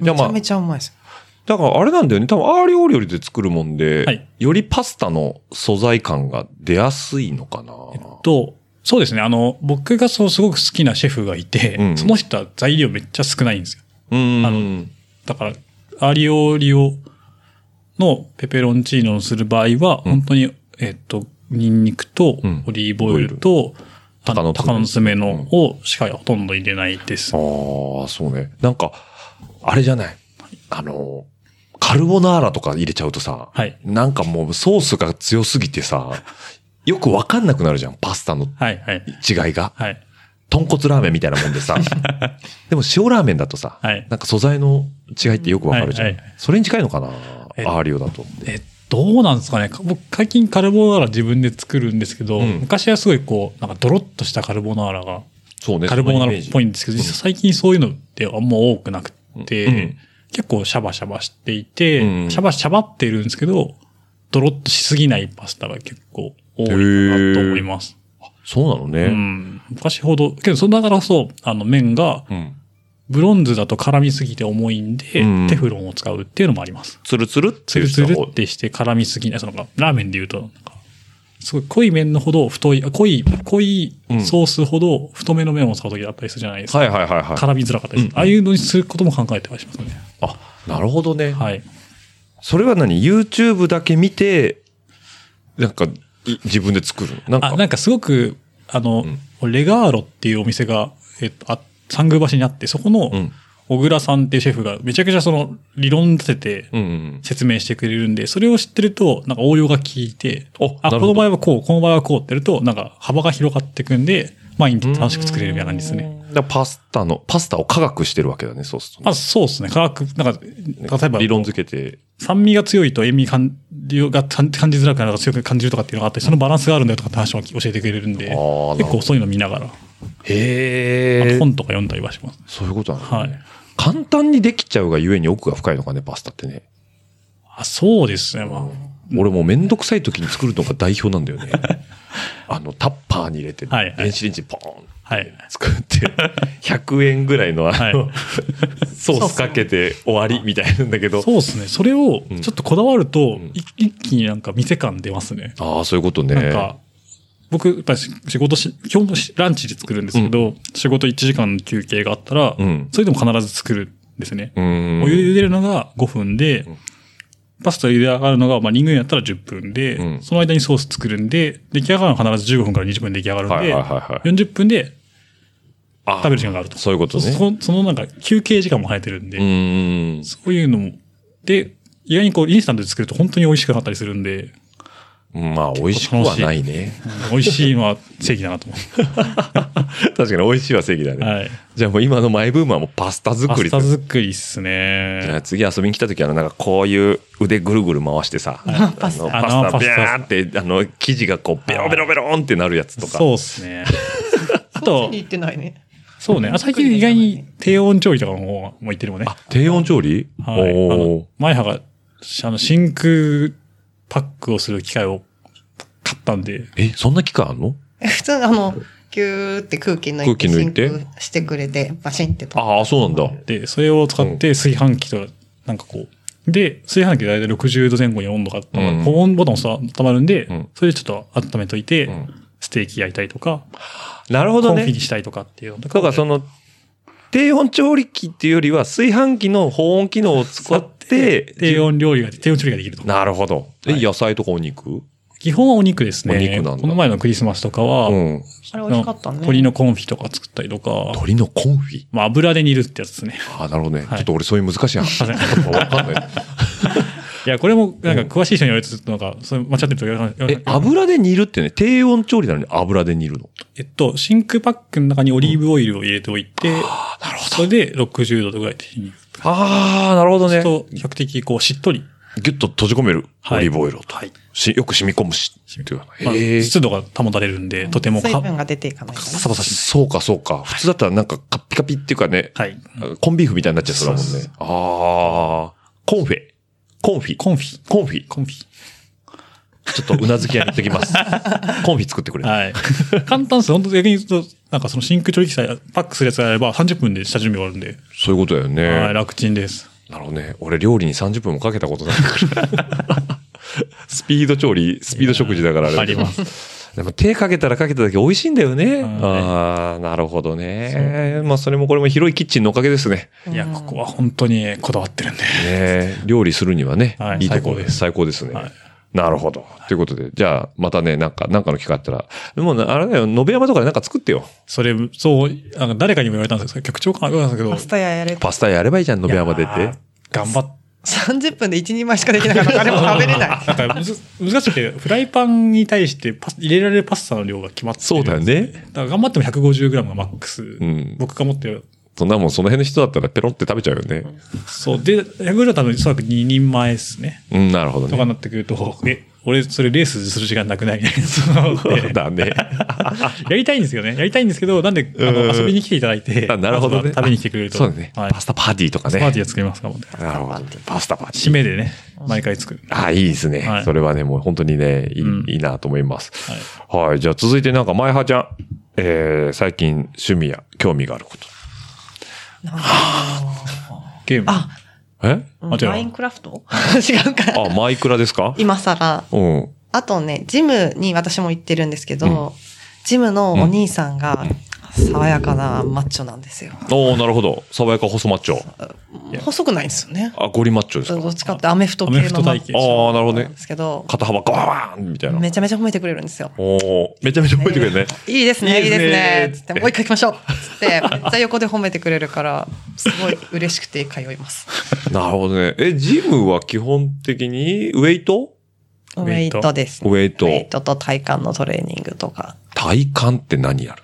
S4: え。じゃあ
S5: めち
S4: ま
S5: ゃ
S4: あ、
S5: めちゃうまいです。
S4: だからあれなんだよね。多分アーリオーリオで作るもんで、
S6: はい
S4: よりパスタの素材感が出やすいのかな。
S6: と、そうですね。あの、僕がそうすごく好きなシェフがいて、
S4: うん
S6: その人は材料めっちゃ少ないんですよ。
S4: うーん。
S6: あのだから、アリオリオのペペロンチーノをする場合は、本当に、えっと、ニンニクと
S4: うん、
S6: オリーブオイルと、あ
S4: 鷹の
S6: の
S4: 爪
S6: 鷹の爪のをしかほとんど入れないです。
S4: ああ、そうね。なんか、あれじゃない。あの、カルボナーラとか入れちゃうとさ、
S6: はい
S4: なんかもうソースが強すぎてさ、よくわかんなくなるじゃん、パスタの
S6: はい、はい。
S4: 違いが。
S6: はい。
S4: 豚骨ラーメンみたいなもんでさ。
S6: [laughs]
S4: でも塩ラーメンだとさ、
S6: はい
S4: なんか素材の違いってよくわかるじゃん。
S6: はいはいはい
S4: それに近いのかな
S6: え
S4: アーリオだと。
S6: え、どうなんですかねか僕、最近カルボナーラ自分で作るんですけど、
S4: うん
S6: 昔はすごいこう、なんかドロッとしたカルボナーラが、
S4: そうね。
S6: カルボナーラっぽい
S4: い。
S6: んですけど、実は最近そういうのってあんま多くなくて、
S4: うん
S6: 結構シャバシャバしていて、
S4: うん
S6: シャバシャバっているんですけど、ドロッとしすぎないパスタが結構多いかなと思います。
S4: そうなのね。
S6: うん、昔ほど、けど、そのだからこそ、あの、麺が、
S4: うん
S6: ブロンズだと絡みすぎて重いんで、
S4: うん
S6: テフロンを使うっていうのもあります。
S4: ツルツルって
S6: ツ
S4: いう
S6: ルツ
S4: 人
S6: ル
S4: が多
S6: っ
S4: い
S6: てして絡みすぎない。そのなんかラーメンで言うと、なんか、すごい濃い麺のほど太い、あ濃い、濃い
S4: うん
S6: ソースほど太めの麺を使うときだったりするじゃないですか。
S4: はいはいはいはい。
S6: 絡みづらかったりする。
S4: うん
S6: ああいうのにすることも考えてはしますね。
S4: あ、なるほどね。
S6: はい。
S4: それは何 ?YouTube だけ見て、なんか、い自分で作るのなんか
S6: あ、なんかすごく、あの、レガーロっていうお店が、えっと、あ、三宮橋にあって、そこの
S4: うん、
S6: 小倉さんっていうシェフが、めちゃくちゃその、理論立てて、
S4: うんうん。
S6: 説明してくれるんで、それを知ってると、なんか応用が効いて、
S4: おなるほ
S6: あ、
S4: ど
S6: この場合はこう、この場合はこうってやると、なんか幅が広がってくんで、毎日楽しく作れるみたいな感じですね。
S4: だからパスタの、パスタを科学してるわけだね、そうするとね、
S6: まあそうですね。科学、なんか、例えば、
S4: 理論付けて。
S6: 酸味が強いと塩味感が感感じづらくなるとか強く感じるとかっていうのがあって、そのバランスがあるんだよとかって話を教えてくれるんで、
S4: あーなる
S6: 結
S4: ほど
S6: 構そういうの見ながら、あ
S4: へ
S6: と
S4: え。
S6: 本とか読んだりはします。
S4: そういうことなの、
S6: はい。
S4: 簡単にできちゃうがゆえに奥が深いのかね、パスタってね。
S6: あ、そうですね。ま
S4: 俺もうめんどくさい時に作るのが代表なんだ
S6: [laughs]
S4: よね。あの、タッパーに入れて、
S6: はいはい
S4: 電子レンジにポーン
S6: あ、はい。
S4: 作って、100円ぐらいの [laughs] あの、
S6: は
S4: ソースかけて終わりみたいなんだけど。
S6: そうですね。それを
S4: ん、
S6: ちょっとこだわると、
S4: ん
S6: い一気になんか店感出ますね。
S4: ああ、そういうことね。
S6: なんか、僕、やっぱり仕仕事し、今日もしランチで作るんですけど、仕事1時間の休憩があったら、
S4: うん
S6: それでも必ず作るんですね。
S4: うーん。
S6: お湯茹でるのが5分で、パスタ茹で上がるのが、まあ、人間やったら10分で、
S4: うん
S6: その間にソース作るんで、出来上がるのは必ず15分から20分で出来上がるんで、
S4: はいはいはいはい
S6: 40分で
S4: あ
S6: 食べる時間があると。
S4: そういうことね
S6: そそそのなんか休憩時間も生えてるんで、
S4: うーん。
S6: そういうのも。で、意外にこうインスタントで作ると本当に美味しくなかったりする
S4: [laughs]
S6: んで、
S4: まあ、美味しくはない
S6: [laughs]
S4: ね。
S6: 美味しいのは正義だなと思って。
S4: 確かに美味しいは正義だ [laughs] ね。
S6: はい。
S4: じゃあもう今のマイブームはもうパスタ
S6: パ
S4: 作り
S6: ス
S4: だ
S6: タ
S4: ね
S6: 作りっす
S4: じゃあ
S6: ね。
S4: 次遊びに来た時はあのなんかこういう腕ぐるぐる回してさ、あのパス
S6: あ生
S4: タ
S6: パ
S4: ビ
S6: スタ
S4: ャーンってあの生地がこうベロベロベロンってなるやつとか。
S6: そうっすね。あと
S5: に、行ってないね。
S6: [laughs] そうね。あ最近意外に低温調理とかの方がもういってるもんね。
S4: 低温調理
S6: はい。あ
S4: おー
S6: の、マイハが、あの、真空パックをする機械を買ったんで、
S4: え、そんな期間あんの
S5: え [laughs] 普通あの、キューって空気抜いて。
S4: 空気抜いて
S5: 真空してくれて、バシンってと。
S4: ああ、そうなんだ。
S6: で、それを使って炊飯器と、なんかこう、で、炊飯器で大体60度前後に温度が温ま
S4: うん
S6: る、保温ボタンを押すと温まるんで、
S4: ん
S6: それでちょっと温めといて、
S4: ん
S6: ステーキ焼いたりとか、
S4: なるほ
S6: コ
S4: ど
S6: ンフィ
S4: ね
S6: に。したりとかっていうのと
S4: だからその、低温調理器っていうよりは炊飯器の保温機能を使って、
S6: 低温料理が、低温調理ができると。
S4: なるほど。で、野菜とかお肉
S6: 基本はお肉ですね。
S4: お肉なんだ
S6: この前のクリスマスとかは、
S4: うん。
S5: あれ美
S6: あの
S5: 味しかったね。
S6: 鶏のコンフィとか作ったりとか、
S4: 鶏のコンフィ
S6: まあ油で煮るってやつですね。
S4: ああ、なるほどね。ちょ
S6: はい
S4: っと俺そういう難しい [laughs] 話。わかんない。
S6: いや、これも、なんか、詳しい人に言われると、ちょっとなんか、それ間違ってると言われ
S4: え、油で煮るってね、低温調理なのに油で煮るの。
S6: えっと、真空パックの中にオリーブオイルを入れておいて、それで60度ぐらいで火に。
S4: ああ、なるほどね。
S6: そうすると、比較的、こう、しっとり。
S4: ギュッと閉じ込める。
S6: はい
S4: オリーブオイルをと。
S6: はい
S4: しよく染み込むし。っていう
S6: まあ
S4: へえ。
S6: 湿度が保たれるんで、とても
S5: 水
S6: か、
S5: 分が出ていかないとね。
S4: サバサそうか、そうか。普通だったらなんかカッピカピっていうかね、
S6: はい。
S4: コンビーフみたいになっちゃいそうだもん
S6: そう
S4: ね
S6: そ。
S4: ああ、コンフェ。コンフィ。
S6: コンフィ。
S4: コンフィ。
S6: コンフィ。
S4: ちょっとうなずきやってき
S6: [laughs]
S4: ます。コンフィ作ってくれ。
S6: はい。 [laughs] 簡単です。本当逆に言うと、なんかその真空調理器さえパックするやつがあれば30分で下準備終わるんで、
S4: そういうことだよね。
S6: はい、楽ちんです。
S4: なるほどね。俺料理に30分もかけたことないから。スピード調理、スピード食事だからあれ。。
S6: あります
S4: でも手かけたらかけただけ美味しいんだよね。
S6: ん
S4: ああ、なるほどね。まあそれもこれも広いキッチンのおかげですね。
S6: いや、ここは本当にこだわってるんで。
S4: ね料理するにはね、
S6: はい
S4: い、いとこ
S6: 最高
S4: ろ
S6: です
S4: 最高ですね。
S6: はい
S4: なるほど。ということで、じゃあ、またね、なんか、なんかの機会あったら、でも、あれだよ、延山とかでなんか作ってよ。
S6: それ、そう、あの誰かにも言われたんですけど、局長から言われたんですけど
S5: パス、タ屋やれ
S4: パスタやればいいじゃん、延山でっ
S6: い
S4: て
S6: やー。頑張っ
S5: 30分で1人前しかできなかったから誰も食べれない
S6: なんか
S4: [laughs]
S6: むず難しくて、フライパンに対してパス入れられるパスタの量が決まってる
S4: そうだよ。ね。
S6: だから頑張っても 150g がマックス。
S4: ん
S6: 僕が持ってる。
S4: そんなもん、その辺の人だったらペロンって食べちゃうよね。
S6: そう。で、150g 多分おそらく2人前ですね。
S4: うん、なるほど
S6: とか
S4: ね。
S6: になってくると、え、俺、それレースする時間なくないみ [laughs] たいなそう
S4: そうだ
S6: [laughs]
S4: ね。
S6: やりたいんですよね。やりたいんですけど、なんで、あの、
S4: うん
S6: 遊びに来ていただいて、
S4: あなるほどね。
S6: わざわざ食べに来てくれると。
S4: そうだね。
S6: はい。
S4: パスタパーティーとかね。
S6: パーティーを作りますかもね。
S4: なるほど。パスタパーティー。
S6: 締めでね、毎回作る。
S4: ああ、いいですね、
S6: はい
S4: それはね、もう本当にね、いい,、
S6: うん
S4: いいなと思います。はい。じゃあ続いてなんか、前葉ちゃん。えー、最近趣味や興味があること。
S6: ゲーム。
S5: あ
S4: え
S5: うん
S6: あ違う
S5: マインクラフト [laughs] 違うか
S4: あ、マイクラですか
S5: 今更
S4: うん。
S5: あとねジムに私も行ってるんですけど、
S4: うん
S5: ジムのお兄さんが爽やかなマッチョなんですよ
S4: おおなるほど。爽やか細マッチョ。
S5: 細くないんですよね
S4: あ、ゴリマッチョですか。
S5: どっちかってアメフト系
S6: アメフ
S5: の
S6: ト
S5: マ
S6: 体
S5: ッチ
S6: 型。
S4: ああ、なるほど
S5: ョな
S4: ね
S5: んで。すけど
S4: 肩幅ガワーンみたいな。
S5: めちゃめちゃ褒めてくれるんですよ
S4: おおめちゃめちゃ覚えてくれるね。
S5: いいですね、
S4: い
S5: い
S4: い
S5: い
S4: で
S5: ですす
S4: ね
S5: ね。つって、もう一回行きましょう。つって、めっちゃ横で褒めてくれるから、すごい嬉しくて通います。
S4: なるほどね。え、ジムは基本的にウェイト
S5: ウ
S6: ェ
S5: ェ
S6: イ
S5: イ
S6: ト
S5: トです。
S4: ウェイト
S5: ウェイトと体幹のトレーニングとか、
S4: 体幹って何やる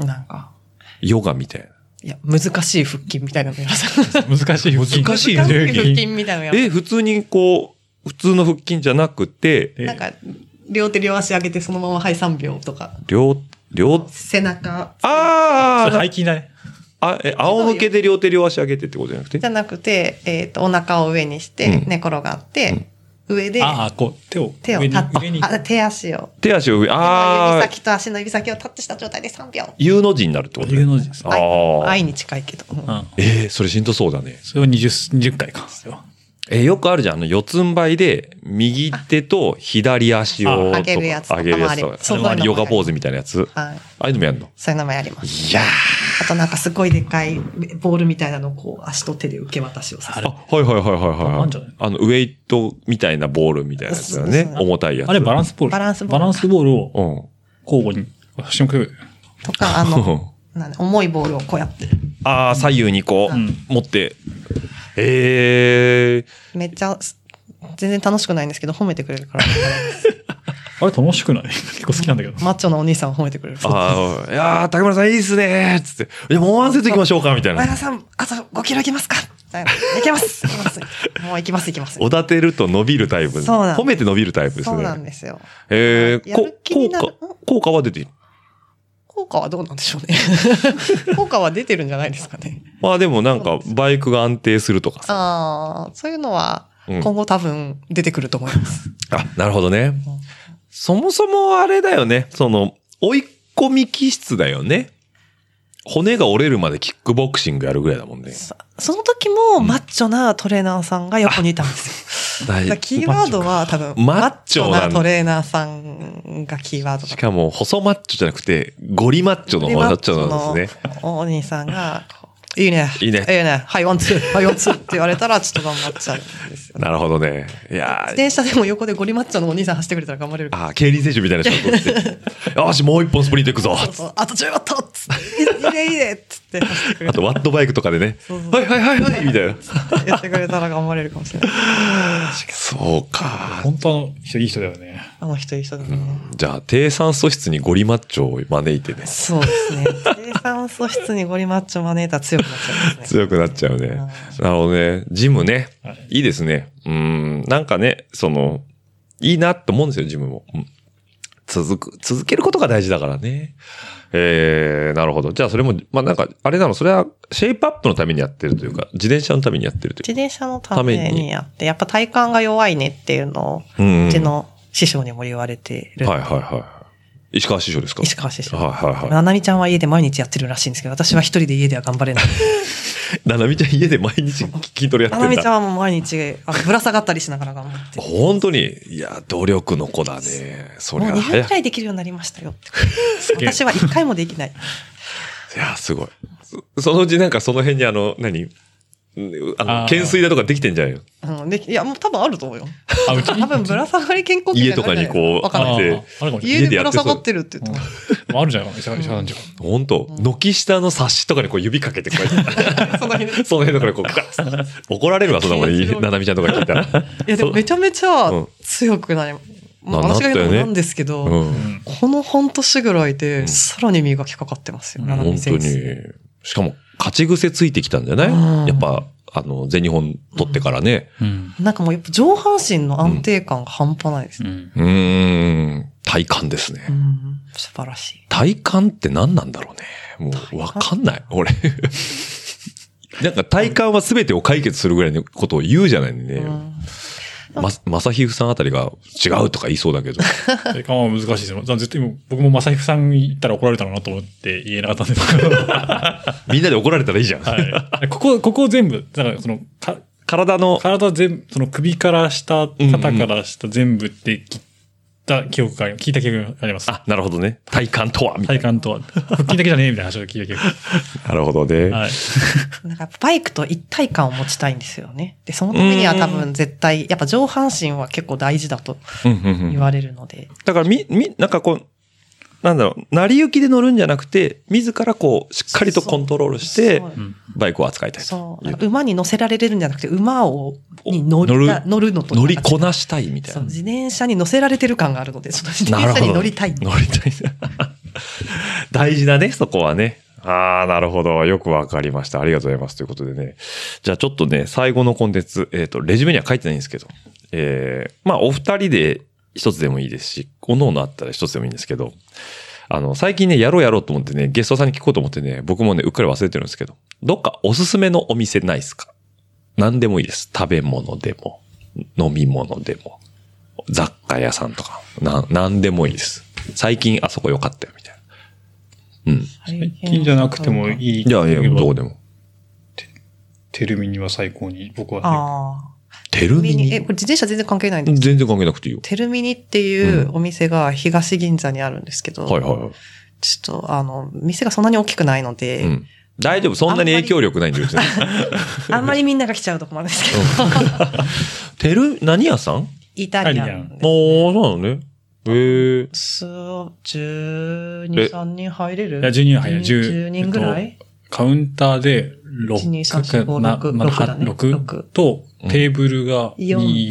S4: の
S5: なんか、
S4: ヨガみたいな。
S5: いや、難しい腹筋みたいなのやらされる
S6: 難しい。難
S4: 難しいね
S5: 難しい腹筋みたいなのやら
S4: え、普通にこう、普通の腹筋じゃなくて、
S5: なんか、両手両足上げてそのまま、はい、3秒とか、
S4: 両、両、
S5: 背中
S4: あー
S6: 背筋だね。
S4: あ、え、仰向けで両手両足上げてってことじゃなくて
S5: じゃなくて、えっと、お腹を上にし
S4: う
S5: て
S4: ん
S5: 寝転がって、上で
S6: ああ、こう、手を
S5: 手を
S6: 上に
S5: タッ
S6: 上に
S5: チ、あ、手足を。
S4: 手足を上、
S5: 手の
S4: あ
S5: 指
S4: ー、
S5: 先と足の指先をタッチした状態で3秒。
S4: U の字になるってことね
S6: 上の字です。
S4: あー。
S5: 愛に近いけど。うん
S6: うん。
S4: えー、それしんどそうだね。
S6: それを20、20回か。それは
S4: えー、よくあるじゃん。あの、四つん這いで、右手と左足を
S5: あ上げるやつ
S4: とか上げるやつと
S5: あ
S4: か。あ
S5: れそう
S4: れ
S5: そういうのも
S4: ヨガポーズみたいなやつ。あ
S5: はい。
S4: あいうのもやんの
S5: そういうのもやります。
S4: いや
S5: あとなんかすごいでかいボールみたいなのをこう足と手で受け渡しをさせ
S4: ー。
S5: る。
S4: あ、はいはいはいはいはい
S6: な
S4: は
S6: ん
S4: い
S6: じゃない。
S4: あの、ウェイトみたいなボールみたいなやつだよね
S5: そう。そうそう
S4: 重たいやつ。
S6: あれバランスボール。
S5: バランスボール
S6: バランスボールを
S4: うん。
S6: 交互に。種目
S5: とか、あの、なんだ重いボールをこうやって。
S4: ああ、左右にこう、
S6: うん
S4: 持って。ええ
S5: めっちゃ、全然楽しくないんですけど、褒めてくれ
S4: [laughs]
S5: るから。
S6: あれ楽しくない結構好きなんだけど。
S5: マッチョのお兄さんを褒めてくれる。
S4: ー。ああ、いやー、竹村さんいいっすねーつって。じゃあもうワンセット行きましょうかみたい
S5: 前田
S4: な。
S5: さん、あと5キロいけますかみたいな。いけますいけますもう行きます行きます。
S4: おだてると伸びるタイプ。
S5: そうなんです
S4: 褒めて伸びるタイプです
S5: そうなん
S4: ね。
S5: ですよ。
S4: ええ
S5: や
S4: こ
S5: る気に
S4: 効
S5: な
S4: 果
S5: る、
S4: 効果は出てる。
S5: 効果はどうなんでしょう
S4: [laughs]
S5: ね。効果は出てるんじゃないですかね。
S4: まあでもなんか、バイクが安定するとかさ。
S5: ああ、そういうのは
S4: うん
S5: 今後多分出てくると思います。
S4: あ、なるほどね。そもそもあれだよね。その、追い込み気質だよね。骨が折れるまでキックボクシングやるぐらいだもんね。
S5: そその時もマッチョなトレーナーさんが横にいたんですよ。
S4: だい
S5: だからキーワードは多分、
S4: マ
S5: マ
S4: ッ
S5: ッ
S4: チ
S5: チ
S4: ョ
S5: ョ
S4: なんだ
S5: なトレーナーさんがキーワードだ
S4: しかも、細マッチョじゃなくて、ゴリマッチョの方になっちゃうんですね。
S5: ね。お兄さんが、こういいね。
S4: [laughs] いいね
S5: いいね。はい、ワンツー。はい、ワンツーって言われたら、ちょっと頑張っちゃうんですよね。
S4: なるほどね。いや
S5: 自
S4: ー
S5: 転車でも横でゴリマッチョのお兄さん走ってくれたら頑張れるか
S4: あー、競輪選手みたいな人が通 [laughs] って。よし、もう一本スプリント行くぞ
S5: ら。そうそうあと10ワットっつって、いいね、いいねっつって走ってくれ
S4: あと、ワットバイクとかでね。はいはいはいはいみたいな。
S5: たやってくれたら頑張れるかもしれない。
S4: そうか。
S6: 本当あの人いい人だよね。
S5: あの人いい人だね。
S4: じゃあ、低酸素室にゴリマッチョを招いてね。
S5: そうで
S4: [laughs]
S5: すね。低酸素質にゴリマッチョ招いたら強くなっちゃいますね。
S4: 強くなっちゃうね。なるほどね。ジムね。いいですね。うん。なんかね、その、いいなって思うんですよ、ジムも。うん続く、続けることが大事だからね。えー、なるほど。じゃあそれも、まあなんか、あれなの、それはシェイプアップのためにやってるというか、自転車のためにやってると
S5: 自
S4: いうか。
S5: 転車のためにやって、やっぱ体幹が弱いねっていうのを、
S4: うんうん
S5: うちの師匠にも言われてる。
S4: はいはいはい。石川師匠ですか
S5: 石川師匠。
S4: はいはいはい。 [laughs]
S5: ななみちゃんは家で毎日やってるらしいんですけど、私は一人で家では頑張れない。
S4: ななみちゃん家で毎日筋トレやって
S5: な
S4: だ。
S5: んなみちゃんはもう毎日あぶら下がったりしながら頑張
S4: [laughs]
S5: って。
S4: 本当に、いや、努力の子だね。そり
S5: も
S4: ゃ
S5: う2分
S4: 早
S5: く
S4: く。
S5: ら
S4: い
S5: いできるようになりましたよって。
S6: げえ
S5: 私は1回もできない。
S4: や、すごい。そ [laughs] そのうちなんかその辺にあの、何うんあの、
S6: あー
S4: 懸垂だとかできてんじゃないよ。
S5: うん、でいや、もう多分あると思うよ。
S6: あ、うち
S5: 多分ぶら下がり健康
S4: 家とかにこう、
S5: わかんない
S4: あって
S6: ああるかもしれない
S5: 家でぶら下がってるって言って
S6: うん
S5: た。
S6: まああるじゃん、石原石原団長。
S4: 本当軒下の冊子とかにこう指かけてこうやって。その辺の辺
S5: [laughs]
S4: とかでこう、ガッ怒られるわ、そんなもん。
S5: 面白い
S4: ななみちゃんとか聞いた
S5: [laughs]
S4: ら。
S5: いやでもめちゃめちゃ
S4: うん
S5: 強くなり、まあ、
S4: な
S5: 私
S4: な
S5: が言うの
S4: ったよ
S5: も
S4: ね
S5: なんですけど、
S4: うん。
S5: この半年ぐらいで
S4: ん
S5: さらに磨きかかってますよ、
S6: うん
S5: 七海
S4: 本当
S5: 先
S4: に
S5: 生。
S4: しかも、勝ち癖ついてきたんじゃない
S5: うん
S4: やっぱ、あの、全日本取ってからね。
S6: うん。
S5: なんかもうやっぱ上半身の安定感が半端ないです
S6: う
S5: ね。
S6: ん。
S4: うーん、体感ですね。
S5: うん、素晴らしい。
S4: 体感って何なんだろうね。もう、わかんない。俺。 [laughs] なんか体感は全てを解決するぐらいのことを言うじゃないね。
S5: うん
S4: ま、まさひふさんあたりが違うとか言いそうだけ [laughs] ど。
S6: 体感は難しいですよ。絶対もう僕も正彦さんに言ったら怒られたのかなと思って言えなかったんですけど。
S4: みんなで怒られたらいいじゃん。
S6: はい。ここ、ここを全部、だからその、か
S4: 体の、
S6: 体全部、その首から下、
S4: んうん
S6: 肩から下全部って切った記憶があり聞いた記憶があります。
S4: あ、なるほどね。体感とは、みたい
S6: 体感とは。腹筋だけじゃねえみたいな話を
S4: [laughs]
S6: 聞いた記憶。
S4: な。なるほどね。
S6: はい。
S5: なんかバイクと一体感を持ちたいんですよね。で、そのためには多分絶対、やっぱ上半身は結構大事だと
S4: うんうんうん
S5: 言われるので。
S4: だからみ、み、なんかこう、なんだろう、成り行きで乗るんじゃなくて、自らこう、しっかりとコントロールして
S5: そう、
S6: うん
S4: バイクを扱いたいと。
S5: そう。なんか馬に乗せられるんじゃなくて、馬を、に乗
S4: 乗
S5: る
S4: る
S5: 乗るのと。
S4: 乗りこなしたいみたい
S5: そ
S4: な
S5: う。自転車に乗せられてる感があるので、そ
S4: [laughs]
S5: の自転車に乗りたい。
S4: 乗りたいな。大事だね、そこはね。ああ、なるほど。よくわかりました。ありがとうございます。ということでね。じゃあちょっとね、最後のコンテンツ、えっ、と、レジュメには書いてないんですけど、えー、まあ、お二人で一つでもいいですし、おのおのあったら一つでもいいんですけど、あの、最近ね、やろうやろうと思ってね、ゲストさんに聞こうと思ってね、僕もね、うっかり忘れてるんですけど、どっかおすすめのお店ないですか何でもいいです。食べ物でも、飲み物でも、雑貨屋さんとか、な、なんでもいいです。最近あそこ良かったよ、みたいな。うん。
S6: 最近じゃなくても
S5: い。
S6: いい。
S4: いやいや、どこでも。
S6: テルミには最高に、僕は。
S5: ああ。
S4: テルミ
S5: ミニえ、
S4: ニ
S5: これ自転車全然関係ないんです。
S4: 全然関係なくていいよ。
S5: テルミニっていうお店が東銀座にあるんですけど、
S4: はいはいはい。
S5: ちょっとあの、店がそんなに大きくないので、 [laughs]
S4: うん。大丈夫、そんなに影響力ないんで別に。
S5: あんまりみんなが来ちゃうと困るんですけど、
S4: テル、何屋さん
S5: イタリアンで
S4: おー、そうなのね。へえ。
S5: す。12、
S4: え
S5: 3人入れる
S6: いや、12人入る。
S5: 10人ぐらい、
S6: カウンターで
S5: 1 2 3 4 5
S6: 6、な
S5: 6
S6: な
S5: 6だね
S6: 6
S5: 6
S6: と、テーブルが2、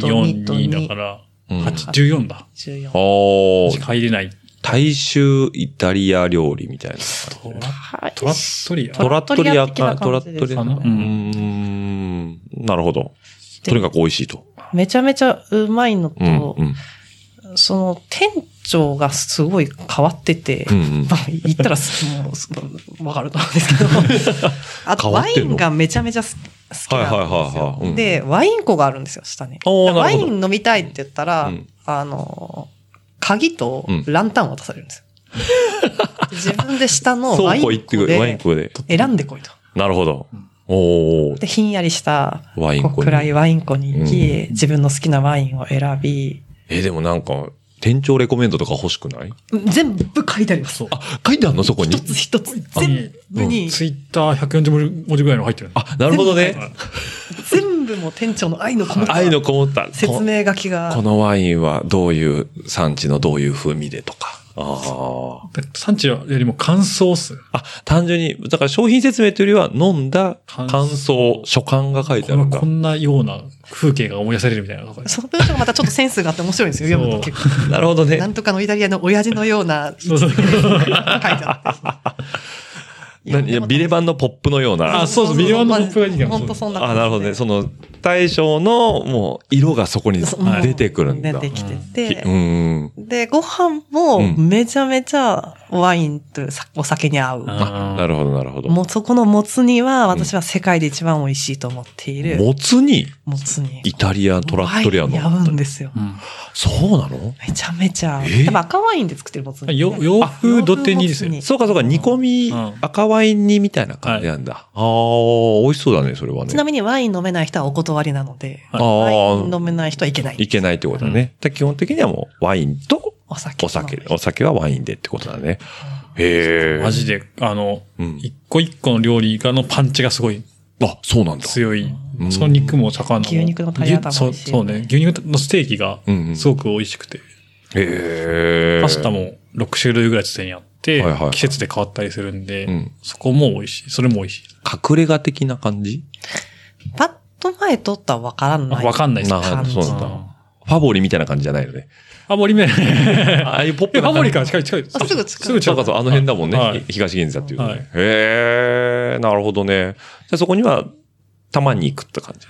S5: 4
S6: 4、
S5: と
S6: 2だから、
S4: うん
S6: 8、14だ。
S5: ?14。
S4: おー、
S6: 入れない。
S4: 大衆イタリア料理みたいな。
S6: トラ
S5: はい
S6: トラットリア
S4: トラットリアか、ト
S5: ト
S4: ラ
S5: ラ
S4: ッ
S5: ッ
S4: ト
S5: ト
S4: リ
S5: リ
S4: ア
S5: ア
S4: か
S5: か
S4: な。
S5: な
S4: うーん。なるほど。とにかく美味しいと。
S5: めちゃめちゃうまいの
S4: う
S5: と、
S4: ん。うん。
S5: その店長がすごい変わってて、
S4: うんうん
S5: まあ言ったらすもうすわかると思うんです
S4: [laughs]
S5: けど、あと
S4: 変わっ
S5: ワ
S4: て
S5: イ
S4: んの
S5: ンがめちゃめちゃ好き好きなんですよ。
S4: はいはいはいはいうん
S5: で、ワイン庫があるんですよ、下に。
S4: おーな
S5: ワ
S4: るほ
S5: イ
S4: ど
S5: ン飲みたいって言ったら、
S4: うん
S5: あの、鍵と
S4: うん
S5: ランタンを渡される
S4: [laughs]
S5: んですよ。自分で下のワ
S4: 倉
S5: イ
S4: 庫行っ
S5: ン
S4: て
S5: 庫
S4: くれ、ワイン
S5: で
S4: 庫で。
S5: 選んでこいと。
S4: なるほど。おー。
S5: で、ひんやりした、
S4: ワイン庫に
S5: こう暗いワイン庫に行き、
S4: う
S5: 自分の好きなワインを選び、
S4: え、でもなんか、店長レコメンドとか欲しくない
S5: 全部書いてあります。
S4: あ、書いてあるのそこに
S5: 一。つ一つ、全部に、
S6: ツイッター140文字ぐらいの入ってるんで
S4: あ、なるほどね。
S5: 全部もう店長の愛のこもった
S4: 愛のこもった。
S5: 説明書き
S4: ここ
S5: が、
S4: のワインはどういう産地のどういう風味でとか。あ
S6: だから産地よりも乾燥っすね。
S4: あ。あ、単純に、だから商品説明というよりは飲んだ
S6: 感
S4: 感想、
S6: 想
S4: 所感が書いてあ
S6: こ
S4: る
S6: の
S4: んだ
S6: こ。んなような風景が思い出されるみたいなとか
S5: その文章がまたちょっとセンスがあって面白いんですよ、読むと結構。
S4: なるほどね
S5: な。んとかのイタリアの親父のような、書
S6: そうそう。
S5: いてあって。
S4: 何いやビレバンのポップのような。
S6: あそうそうビレバンのポップがいいかも
S5: 本当そんな
S4: あ、なるほどね。その、対象の、もう、色がそこに
S5: そう
S4: 出てくるんだ。
S5: 出てきて
S4: う
S5: て。
S4: ん。
S5: で、ご飯も
S4: うん
S5: めちゃめちゃワインとさお酒に合う。
S6: あ
S4: なるほど、なるほど。
S5: もうそこのもつ煮は私は世界で一番美味しいと思っている。
S4: もつに、
S5: もつ煮。
S4: イタリア、トラットリア
S5: ワインに合
S4: の。
S5: うんですよ。
S4: そうなの
S5: めちゃめちゃ合う。
S4: えー
S5: 多分赤ワインで作ってるもつ煮。
S6: よ洋風どってにですよ
S5: 洋風もつ煮
S4: そうか、そうか、煮込み、
S6: うん
S4: 赤ワイン煮みたいな感じなんだ。ああ、美味しそうだね、それはね。
S5: ちなみにワイン飲めない人はお断りなので、
S6: あ
S5: ワイン
S4: ああ、
S5: 飲めない人はいけない。
S4: いけないってことだね。だから基本的にはもう、ワインと
S5: お酒。
S4: お酒、お酒はワインでってことだね。へえ。
S6: マジで、あの、
S4: うん
S6: 一個一個の料理がのパンチがすごい
S4: あ、そうなんだ。
S6: 強い
S4: うん。
S6: その肉も魚も。
S5: 牛肉のタリアタも美
S6: そう
S5: 味しい
S6: そうね。牛肉のステーキが
S4: うんうん
S6: すごく美味しくて。
S4: へえ。
S6: パスタ。も6種類ぐらい常にあって、
S4: はいはい
S6: 季節で変わったりするんで、
S4: うん
S6: そこも美味しい。それも美味しい。
S4: 隠れ家的な感じ
S5: パッと前取ったらわから
S6: あ
S5: ない。
S6: わかんないです。
S4: な
S6: あ、
S5: 感じ
S4: そうなんだ。ファボリみたいな感じじゃないの
S6: [laughs]
S4: ね。[laughs]
S6: 森目。え
S4: ああいうポップ
S6: ハ
S4: な
S6: モ
S4: 感
S6: リ
S4: じ。
S6: から近い近いです。
S5: あすぐ近い
S6: すぐ
S4: そうかそう、あの辺だもんね。
S6: はい
S4: 東銀座っていうのね、
S6: はい
S4: へえ、なるほどね。じゃあそこには、たまに行くって感じ。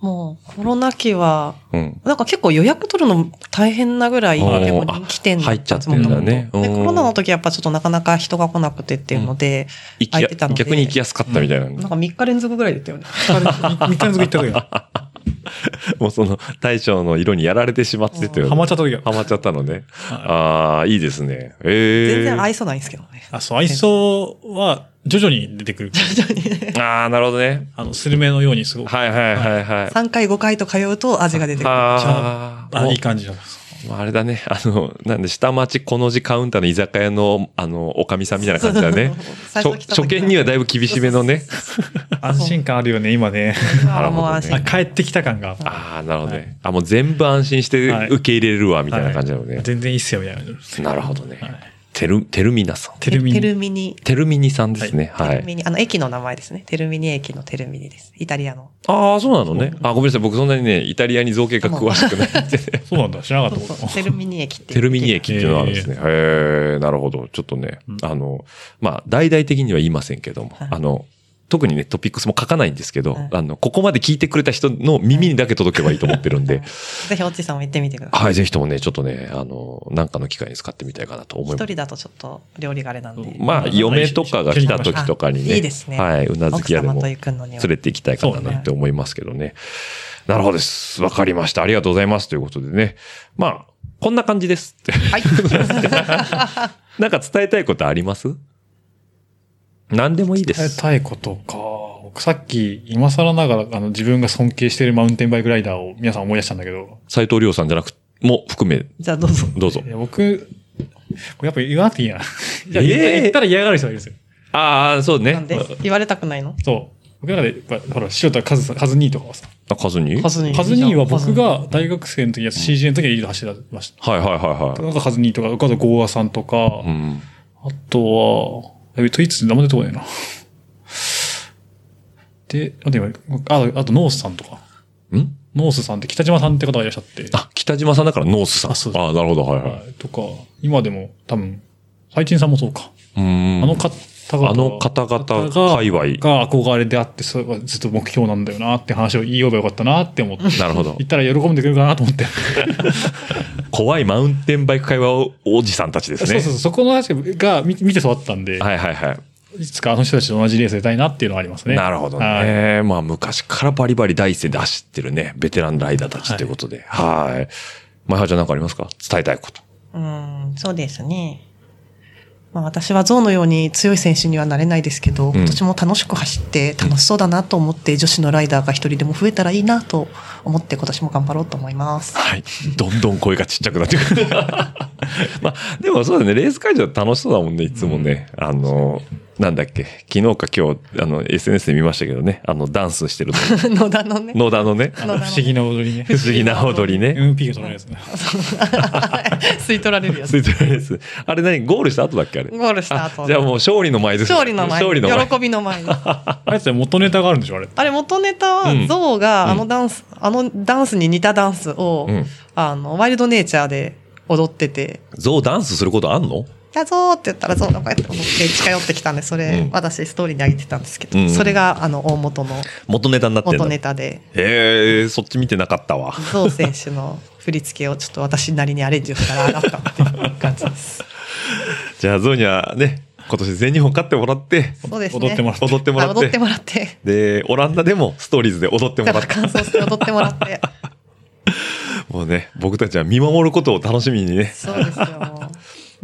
S5: もう、コロナ期は、
S4: うん。
S5: なんか結構予約取るの大変なぐらい、
S4: あー
S5: 結構人気店
S4: 入っちゃってるんだね。
S5: で、
S4: うん
S5: コロナの時やっぱちょっとなかなか人が来なくてっていうので、
S4: 行き
S5: 空いてたので
S4: 逆に行きやすかったみたいな。
S5: なんか3日連続ぐらい出たよね。
S6: 3日連続行った時が。
S4: [laughs] もうその大将の色にやられてしまってて、
S6: ハマっちゃった時が。
S4: はまっちゃったのね。
S6: はい
S4: ああ、いいですね。ええ。
S5: 全然愛想ないんですけどね。
S6: あ、そう、愛想は徐々に出てくる。
S4: [laughs] ああ、なるほどね。
S6: あの、スルメのようにすごく、
S4: はいはいはいはい。
S5: 3回5回と通うと味が出てくる。
S4: ああ、
S6: あ
S4: もう
S6: いい感じなんです。
S4: あれだね。 [laughs] あの、なんで、下町この字カウンターの居酒屋の、あの、おかみさんみたいな感じだね。
S5: そうそうそう最初来た時
S4: 初見にはだいぶ厳しめのね。
S6: 安心感あるよね、
S4: [laughs]
S6: 今ね。
S5: あーもう安
S4: な
S5: 心
S6: あ。帰ってきた感が。
S4: ああ、なるほどね。あ、もう全部安心して
S6: はい
S4: 受け入れるわ、みたいな感じだよね。
S6: はい全然いいっすよ、みたいな。
S4: なるほどね。
S6: はい
S4: てる、てるみなさん。
S6: テルミン
S5: テルミニ。
S4: てるみにさんですね。は
S5: テ
S4: い。
S5: ルミニ。あの、駅の名前ですね。テルミニ駅のテルミニです。イタリアの。
S4: ああ、そうなのね。あ、ごめんなさい。僕そんなにね、イタリアに造形が詳しくないんでね。
S6: そうなんだ、知らなかった
S5: そう
S6: こと
S5: そう。テルミニ駅っていう。
S4: テルミニ駅っていうのがあるんですね。へえ、なるほど。ちょっとね、あの、まあ、大々的には言いませんけども、
S5: はい
S4: あの、特にね、トピックスも書かないんですけど、
S5: はい
S4: あの、ここまで聞いてくれた人の耳にだけ届けばいいと思ってるんで、
S5: ぜひ、オッチーさんも行ってみてください。
S4: はい、ぜひともね、ちょっとね、あの、なんかの機会に使ってみたいかなと思い
S5: 一
S4: ます
S5: 人。だとちょっと料理があれなんで。
S4: まあ、嫁とかが来た時とかに
S5: あ
S4: ね、
S5: いいですね
S4: はい、うなずき屋でも
S5: 奥様と
S4: 連
S5: 行くのには
S4: れて行きたいかなって思いますけどね。なるほどです。わかりました。ありがとうございます。ということでね。まあ、こんな感じです。 [laughs]
S5: はい。 [laughs]
S4: なんか伝えたいことあります何でもいいで
S6: 伝え
S4: す。
S6: たいことか。僕さっき、今更ながら、あの、自分が尊敬しているマウンテンバイクライダーを皆さん思い出したんだけど、
S4: 斎藤亮さんじゃなく、も含め、
S5: じゃあどうぞ。
S4: どうぞ
S6: い。や僕、これやっぱ言わなくていいな。い
S4: えー
S6: や言った言ったら嫌がる人がいるんですよ。
S4: ああ、そう
S5: なん
S4: ね。
S5: で言われたくないの
S6: そう。僕の中で、やっぱほら、塩田カズさん、カズ兄とかはさ。
S4: あカズニ
S5: カズニー。
S6: カズ兄は僕
S5: カ
S6: が大学生の時や CG の時にリード走ってました。
S4: はいはいはいは
S6: なんかカズ兄とか、あとゴーアさんとか、
S4: い。うん。
S6: あとは、えっと、いつ名前出てこないな。で、あと今、ああとノースさんとか。
S4: ん
S6: ノースさんって北島さんって方がいらっしゃって。
S4: あ、北島さんだからノースさん。
S6: あそうです
S4: ああ、なるほど、はいは。
S6: はいいとか、今でも多分、最近さんもそうか。
S4: うーん
S6: あの方々
S4: あの方々界隈
S6: が憧れであって、それはずっと目標なんだよなって話を言いよえばよかったなって思って。
S4: なるほど
S6: [laughs] 言ったら喜んでくれるかなと思って。
S4: 怖いマウンテンバイク会話をおじさんたちです
S6: そう
S4: ね。
S6: そうそう、そこの話が見見て育ったんで、
S4: はいはいはい。
S6: い、つかあの人たちと同じレース出たいなっていうのはありますね。
S4: なるほど
S6: はい
S4: ね。まあ昔からバリバリ第一線で走ってるね、ベテランライダーたちということで。はい。前原ちゃん何かありますか伝えたいこと。
S5: ズニー。うん、そうですね。まあ私は象のように強い選手にはなれないですけど、今年も楽しく走って楽しそうだなと思って、女子のライダーが一人でも増えたらいいなと思って今年も頑張ろうと思います。 [laughs]
S4: はい。どんどん声がちっちゃくなってくる。 [laughs] まあ、でもそうだね、レース会場楽しそうだもんね、いつもね。あの、なんだっけ、昨日か今日、あの、SNS で見ましたけどね、あの、ダンスして [laughs] るの
S5: 野田のね。
S4: 野田のね、
S6: あの不思議な踊りね。
S4: [laughs] 不思議な踊りね。
S6: MP が取られるやつね。
S5: [laughs] 吸い取られるや
S4: つ
S5: つ。
S4: いてるやつ。あれ何ゴールした後だっけあれ。
S5: ゴールした後
S4: あじゃあもう勝利の前ですね
S5: 勝利の前
S4: 勝利
S5: に。
S4: の前。
S5: 喜びの
S4: [laughs]
S5: 前に。
S6: あいつは元ネタがあるんでしょ、あれって。
S5: あれ元ネタ
S4: うん
S5: は、ゾウがあのダンス、あのダンスに似たダンスを、
S4: うん
S5: あの、ワイルドネイチャーで踊ってて、
S4: ゾウダンスすることあんの
S5: やぞーって言ったらゾウがこうやって思って近寄ってきたんでそれ、
S4: うん
S5: 私ストーリーにあげてたんですけど、
S4: うんうん
S5: それがあの大元の
S4: 元ネタになってる
S5: 元
S4: の
S5: ネタで
S4: へえ、そっち見てなかったわ。 [laughs]
S5: ゾウ選手の振り付けをちょっと私なりにアレンジをしたら上がったっていう感じです。
S4: じゃあ、ゾウにはね、今年全日本勝ってもらって、
S5: そうですね。
S6: 踊ってもらって。
S4: [laughs] 踊ってもら
S5: あ
S4: っ
S5: 踊って
S4: て、
S5: もらって。
S4: で、オランダでもストーリーズで踊ってもら
S5: だか
S4: っ
S5: ら
S4: て、
S5: 感想して踊っても
S4: [laughs]
S5: らって。
S4: もうね、僕たちは見守ることを楽しみにね、
S5: そうですよ。もう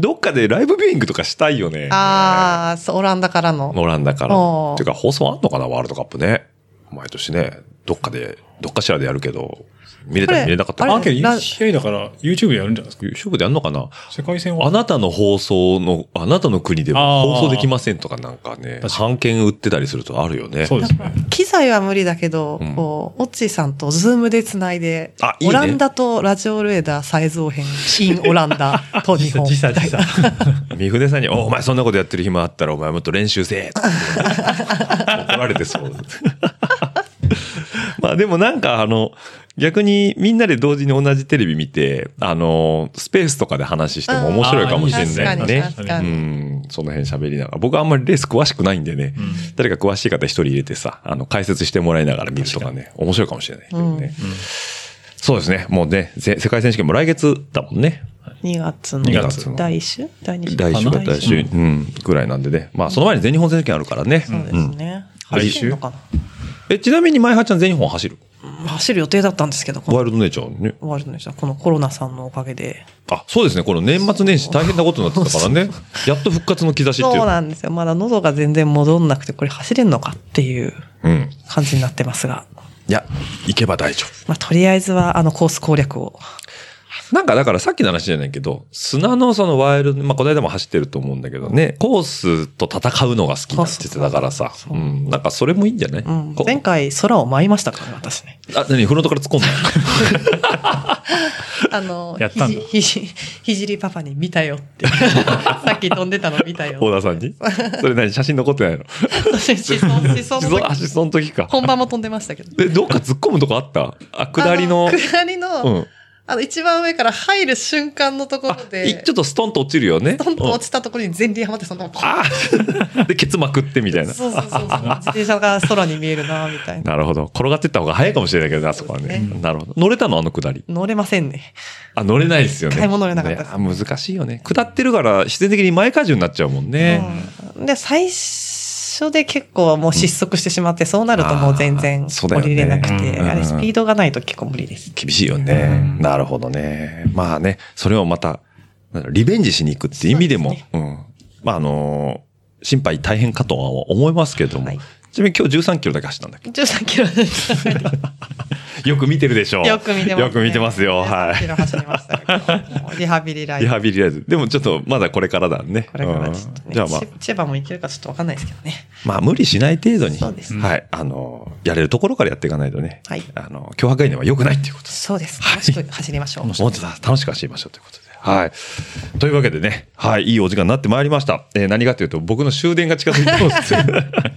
S4: どっかでライブビューイングとかしたいよね。
S5: ああ、そうオランダからの。
S4: オランダから。
S5: おー
S4: ていうか、放送あんのかな、ワールドカップね。毎年ね、どっかで、どっかしらでやるけど、見れた
S5: こ
S4: り
S5: れ
S4: 見れなかった
S5: あれ
S6: あ、
S4: り。
S6: けど UCI だから YouTube でやるんじゃないですか。
S4: 勝負でやるのかな
S6: 世界戦は。
S4: あなたの放送の、あなたの国では
S6: あー
S4: 放送できませんとかなんかね
S6: 確、かに
S4: 版権売ってたりするとあるよね。
S6: そうですね。
S5: 機材は無理だけど、
S4: うん
S5: こう、オッチーさんとズームでつないで
S4: あいいね
S5: オランダとラジオルエダサイズ応変、新オランダと日本。
S6: 差時差。
S4: [laughs] 三船さんに、おお前そんなことやってる暇あったらお前もっと練習せえって怒られてそう。 [laughs] まあでもなんかあの、逆にみんなで同時に同じテレビ見て、あの、スペースとかで話しても面白いかもしれない
S5: うんあーいい
S4: ね
S5: ですね。確
S4: う
S5: かに
S4: ん、その辺喋りながら。僕あんまりレース詳しくないんでね、誰か詳しい方一人入れてさ、あの、解説してもらいながら見るとかね、面白いかもしれないけどね。そうですね。もうね、ぜ世界選手権も来月だもんね。
S5: 2月の
S4: 2月の
S5: 第1週第2週
S4: 来週か
S5: かな
S4: 来週、うん、ぐらいなんでね。まあ、その前に全日本選手権あるからね。
S5: そうで
S4: う
S5: す
S4: ん
S5: ね。
S4: うん
S5: 走るのかな
S4: え、ちなみに、前葉ちゃん全日本走る。
S5: 走る予定だったんですけど、こ
S4: ワイ
S5: の
S4: ルドネイチャーね。
S5: 終わるのじゃこのコロナさんのおかげで。
S4: あ、そうですね。この年末年始大変なことになってたからね。やっと復活の兆しってい
S5: そう
S4: う。
S5: なんですよ。まだ喉が全然戻んなくて、これ走れんのかっていう
S4: うん。
S5: 感じになってますが。
S4: いや、行けば大丈
S5: まあ、とりあえずは、あの、コース攻略を。
S4: 夫。なんか、だからさっきの話じゃないけど、砂のそのワイルド、まあ、この間も走ってると思うんだけどね、コースと戦うのが好きだって言ってたからさ。。
S5: そううそうん
S4: なんか、それもいいんじゃない
S5: うん
S4: こ。
S5: 前回、空を舞いましたからね、私ね。
S4: あ、何フロントから突っ
S5: [laughs]
S4: 込んだ
S5: あ [laughs] の、
S6: やったんだ
S5: ひじ、ひじ、ひじりパパに見たよ [laughs] って。さっき飛んでたの見たよ。
S4: 大田さん
S5: [laughs]
S4: にそれ何写真残ってないの
S5: 私、しそ、しそ
S4: 地
S5: の
S4: 蔵あ、
S5: 時
S4: その時か。
S5: 本番も飛んでましたけど。
S4: え、どっか突っ込むとこあったあ、下りの
S5: あ。下り
S4: う
S5: の、
S4: ん。
S5: あの、一番上から入る瞬間のとこ
S4: あ
S5: ろ、
S4: い
S5: で、
S4: ちょっとストンと落ちるよね。
S5: トンと落
S4: ち
S5: ちたところに前輪はまって、その、
S4: あ [laughs] ーで、ケツまくってみたいな。
S5: そうそうそうそう。自転車が空に見えるな、みたいな。
S4: なるほど。転がってった方が早いかもしれないけどね、あそこはね。なるほど。乗れたのあの下り。
S5: 乗れませんね。
S4: あ、乗れないですよね。
S5: 一回も乗れなかったです
S4: いや難しいよね。下ってるから、必然的に前荷重になっちゃうもんね。
S5: うんで、最初で結構もう失速してしまって、そうなるともう全然
S4: あーそうだよ
S5: 降
S4: ね
S5: りれなくて、
S4: うん
S5: あれスピードがないと結構無理です。
S4: 厳しいよね。なるほどね。まあね、それをまた、なんだリベンジしに行くって意味でも、
S5: そうで
S4: うん。まああのー心配大変かとは思いますけれども、
S5: はい
S4: ちなみに今日13キロだけ走ったんだっ
S5: 13キロです。
S4: け [laughs] よく見てるでしょう。
S5: よく見てます、ね。
S4: よく見てますよ。は
S5: 13キ
S4: い。
S5: ロ走りましたけど。もうリハビリライ
S4: リ
S5: ブ。
S4: ハビリライズ。でもちょっとまだこれからだね。
S5: これからち
S4: う
S5: ょっと
S4: ん
S5: ね、
S4: じゃあまあ
S5: ち、千葉も行けるかちょっとわかんないですけどね。
S4: まあ無理しない程度に、
S5: そうです
S4: はい。あのーやれるところからやっていかないとね、
S5: はい
S4: あのー脅迫概念は良くないっていうことです。
S5: そうです。
S4: はい
S5: 楽しく走りましょう。
S4: もっと楽しく走りましょうということで。はい。というわけでね、はい、いいお時間になってまいりました。えー何かというと、僕の終電が近づいてます。 [laughs]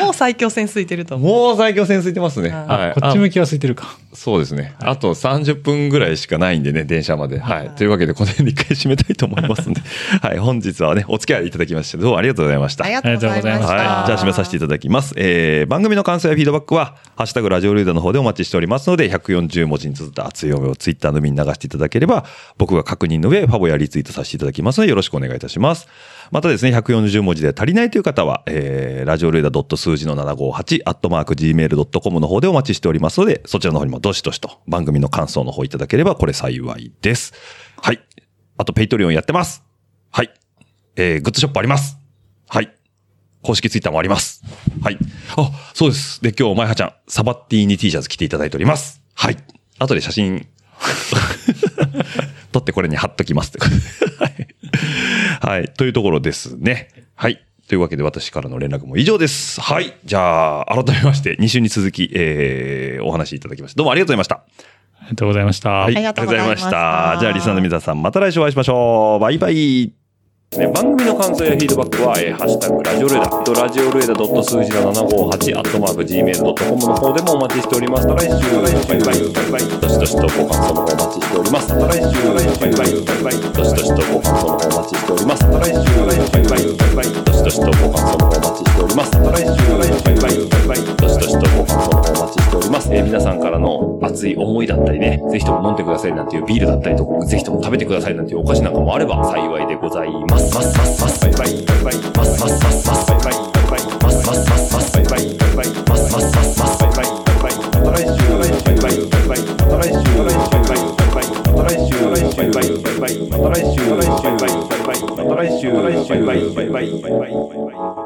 S5: もう最強戦ついてると思う。
S4: もう最強線ついてますね。は
S6: あ
S4: い。
S6: こっち向きは空いてるか。
S4: あそうですね。あと30分ぐらいしかないんでね、電車まで。はい。というわけで、この辺で一回締めたいと思いますんで、はい。本日はね、お付き合いいただきまして、どうもありがとうございました。
S5: ありがとうございました。
S6: ありがとうございました
S4: はい。じゃあ締めさせていただきます。えー、番組の感想やフィードバックは、ハッシュタグラジオルーダーの方でお待ちしておりますので、140文字に綴った熱い思いをツイッターのみに流していただければ、僕が確認の上、ファボやリツイートさせていただきますので、よろしくお願いいたします。またですね、140文字で足りないという方は、えー、ラジオルーダー数字の758、アットマーク gmail.com の方でお待ちしておりますので、そちらの方にもどしどしと番組の感想の方いただければ、これ幸いです。はい。あと、ペイトリオンやってます。はい。えー、グッズショップあります。はい。公式ツイッターもあります。はい。あ、そうです。で、今日、まいはちゃん、サバッティーに T シャツ着ていただいております。はい。後で写真、 [laughs] 撮ってこれに貼っときますってことで。はい。はい。というところですね。はい。というわけで私からの連絡も以上です。はい。じゃあ、改めまして、2週に続き、えー、お話いただきまして、どうもありがとうございました。
S6: ありがとうございました。
S4: はい
S5: ありがとうございま
S4: あ
S5: した
S4: りがとうございましたじゃあ、リスナーの皆さん、また来週お会いしましょう。バイバイ。ね、番組の感想やフィードバックは、えーハッシュタグラジオルエダ、とラジオルエダ数字の758、アットマーク gmail.com の方でもお待ちしております。また来週、バイバイ、バイバイ、どしどしとご感想の方お待ちしております。また来週、バイバイ、バイバイ、どしどしとご感想の方お待ちしております。また来週、バイバイ、バイバイ、どしどしとご感想の方お待ちしております。また来週、バイバイ、バイバイ、どしどしとご感想の方お待ちしております。えー皆さんからの熱い思いだったりね、ぜひとも飲んでくださいなんていうビールだったりとか、ぜひとも食べてくださいなんていうお菓子なんかもあれば幸いでございます。ますますますバイバイバイバイますますますますバイバイバイバイますますますますバイバイバイバイますますますますバイバイバイバイまた来週バイバイバイバイまた来週バイバイバイバイまた来週バイバイバイバイまた来週バイバイバイバイまた来週バイバイバイバイバイバイバイバイ